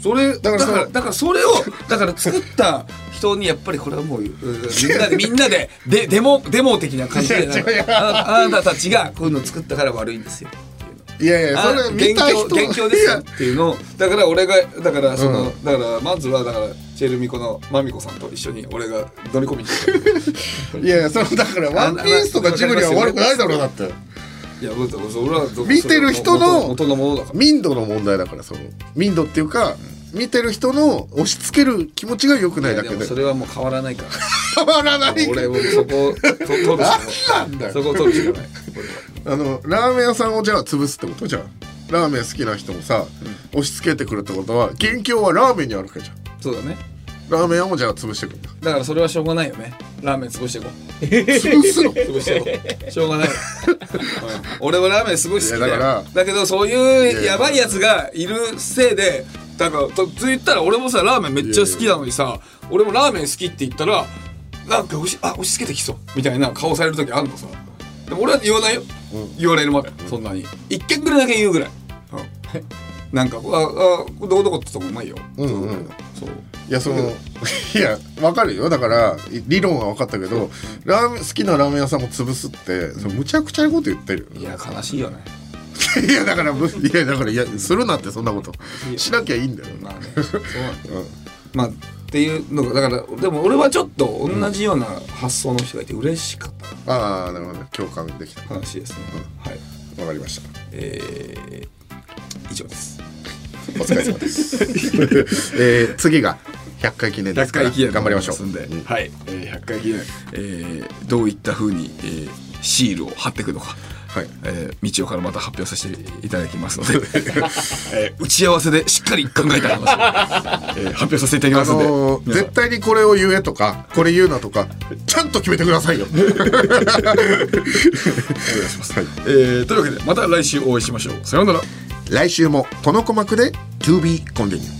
Speaker 2: それだ
Speaker 1: だ
Speaker 2: か
Speaker 1: からら
Speaker 2: だから
Speaker 1: その
Speaker 2: それをだから作った人にやっぱりこれはもううんみんなでみんなででデモデモ的な感じでなんか
Speaker 1: いや違ういや
Speaker 2: ああなたたちがこういうの作ったから悪いんですよっていうの
Speaker 1: いやいやそれ
Speaker 2: あ
Speaker 1: 見た人
Speaker 2: 元凶元凶ですよっていうのをだから俺がだからその、だからまずはだからチェルミコのマミコさんと一緒に俺が乗り込みに行って
Speaker 1: いやいやそのだから「ワンピースとかジブリは悪くないだろうだって
Speaker 2: いや俺は
Speaker 1: 見てる人の
Speaker 2: 元のものだか
Speaker 1: 民度の問題だからその民度っていうか見てる人の押し付ける気持ちが良くない
Speaker 2: らいや
Speaker 1: だ
Speaker 2: で
Speaker 1: け
Speaker 2: も
Speaker 1: で
Speaker 2: それはもう変わらないから
Speaker 1: 変わらない
Speaker 2: 俺もそこをと取るしか
Speaker 1: なんだ
Speaker 2: ない
Speaker 1: よ
Speaker 2: そこを取るしかない
Speaker 1: あのラーメン屋さんをじゃあ潰すってことじゃんラーメン好きな人もさ、押し付けてくるってことは元凶はラーメンにあるわけじゃん
Speaker 2: そうだね
Speaker 1: ラーメン屋もじゃあ潰してくるんだ
Speaker 2: だからそれはしょうがないよねラーメン潰していこう
Speaker 1: 潰すの
Speaker 2: 潰して いこうしょうがない、うん俺はラーメンすごい好きだよ
Speaker 1: いやだ
Speaker 2: だ
Speaker 1: から
Speaker 2: けどそういうやばいやつがいるせいでだからとつ言ったら俺もさラーメンめっちゃ好きなのにさ俺もラーメン好きって言ったらなんか押しあ押し付けてきそうみたいな顔される時あるのさでも俺は言わないよ、言われるまでそんなに一件ぐらいだけ言うぐらい、うん、なんかああどこどこってとこうまいよ
Speaker 1: うんうん
Speaker 2: そう
Speaker 1: いやその いやわかるよだからい理論は分かったけどラーメン好きなラーメン屋さんも潰すってそのむちゃくちゃなこと言ってる
Speaker 2: いや悲しいよね
Speaker 1: いやだから むいやだからいやするなってそんなことしなきゃいいんだよ
Speaker 2: まあねそうなんだよまあっていうのがだからでも俺はちょっと同じような発想の人がいて嬉しかった
Speaker 1: ああなるほどね共感できたわ
Speaker 2: 話ですね、はい
Speaker 1: かりました
Speaker 2: えー、以上です
Speaker 1: お疲れ様です、 えー次が100回記念ですから頑張りましょう
Speaker 2: で、はい、えー、100回記念、えー、どういったふうに、えー、シールを貼っていくのか
Speaker 1: はい
Speaker 2: えー、道夫からまた発表させていただきますので、 えー、打ち合わせでしっかり考えた話を、えー、発表させていただきますので、
Speaker 1: あのー
Speaker 2: 皆さん
Speaker 1: 絶対にこれを言えとかこれ言うなとかちゃんと決めてくださいよ
Speaker 2: え ーというわけでまた来週お会いしましょうさようなら
Speaker 1: 来週もこの鼓膜で To be continued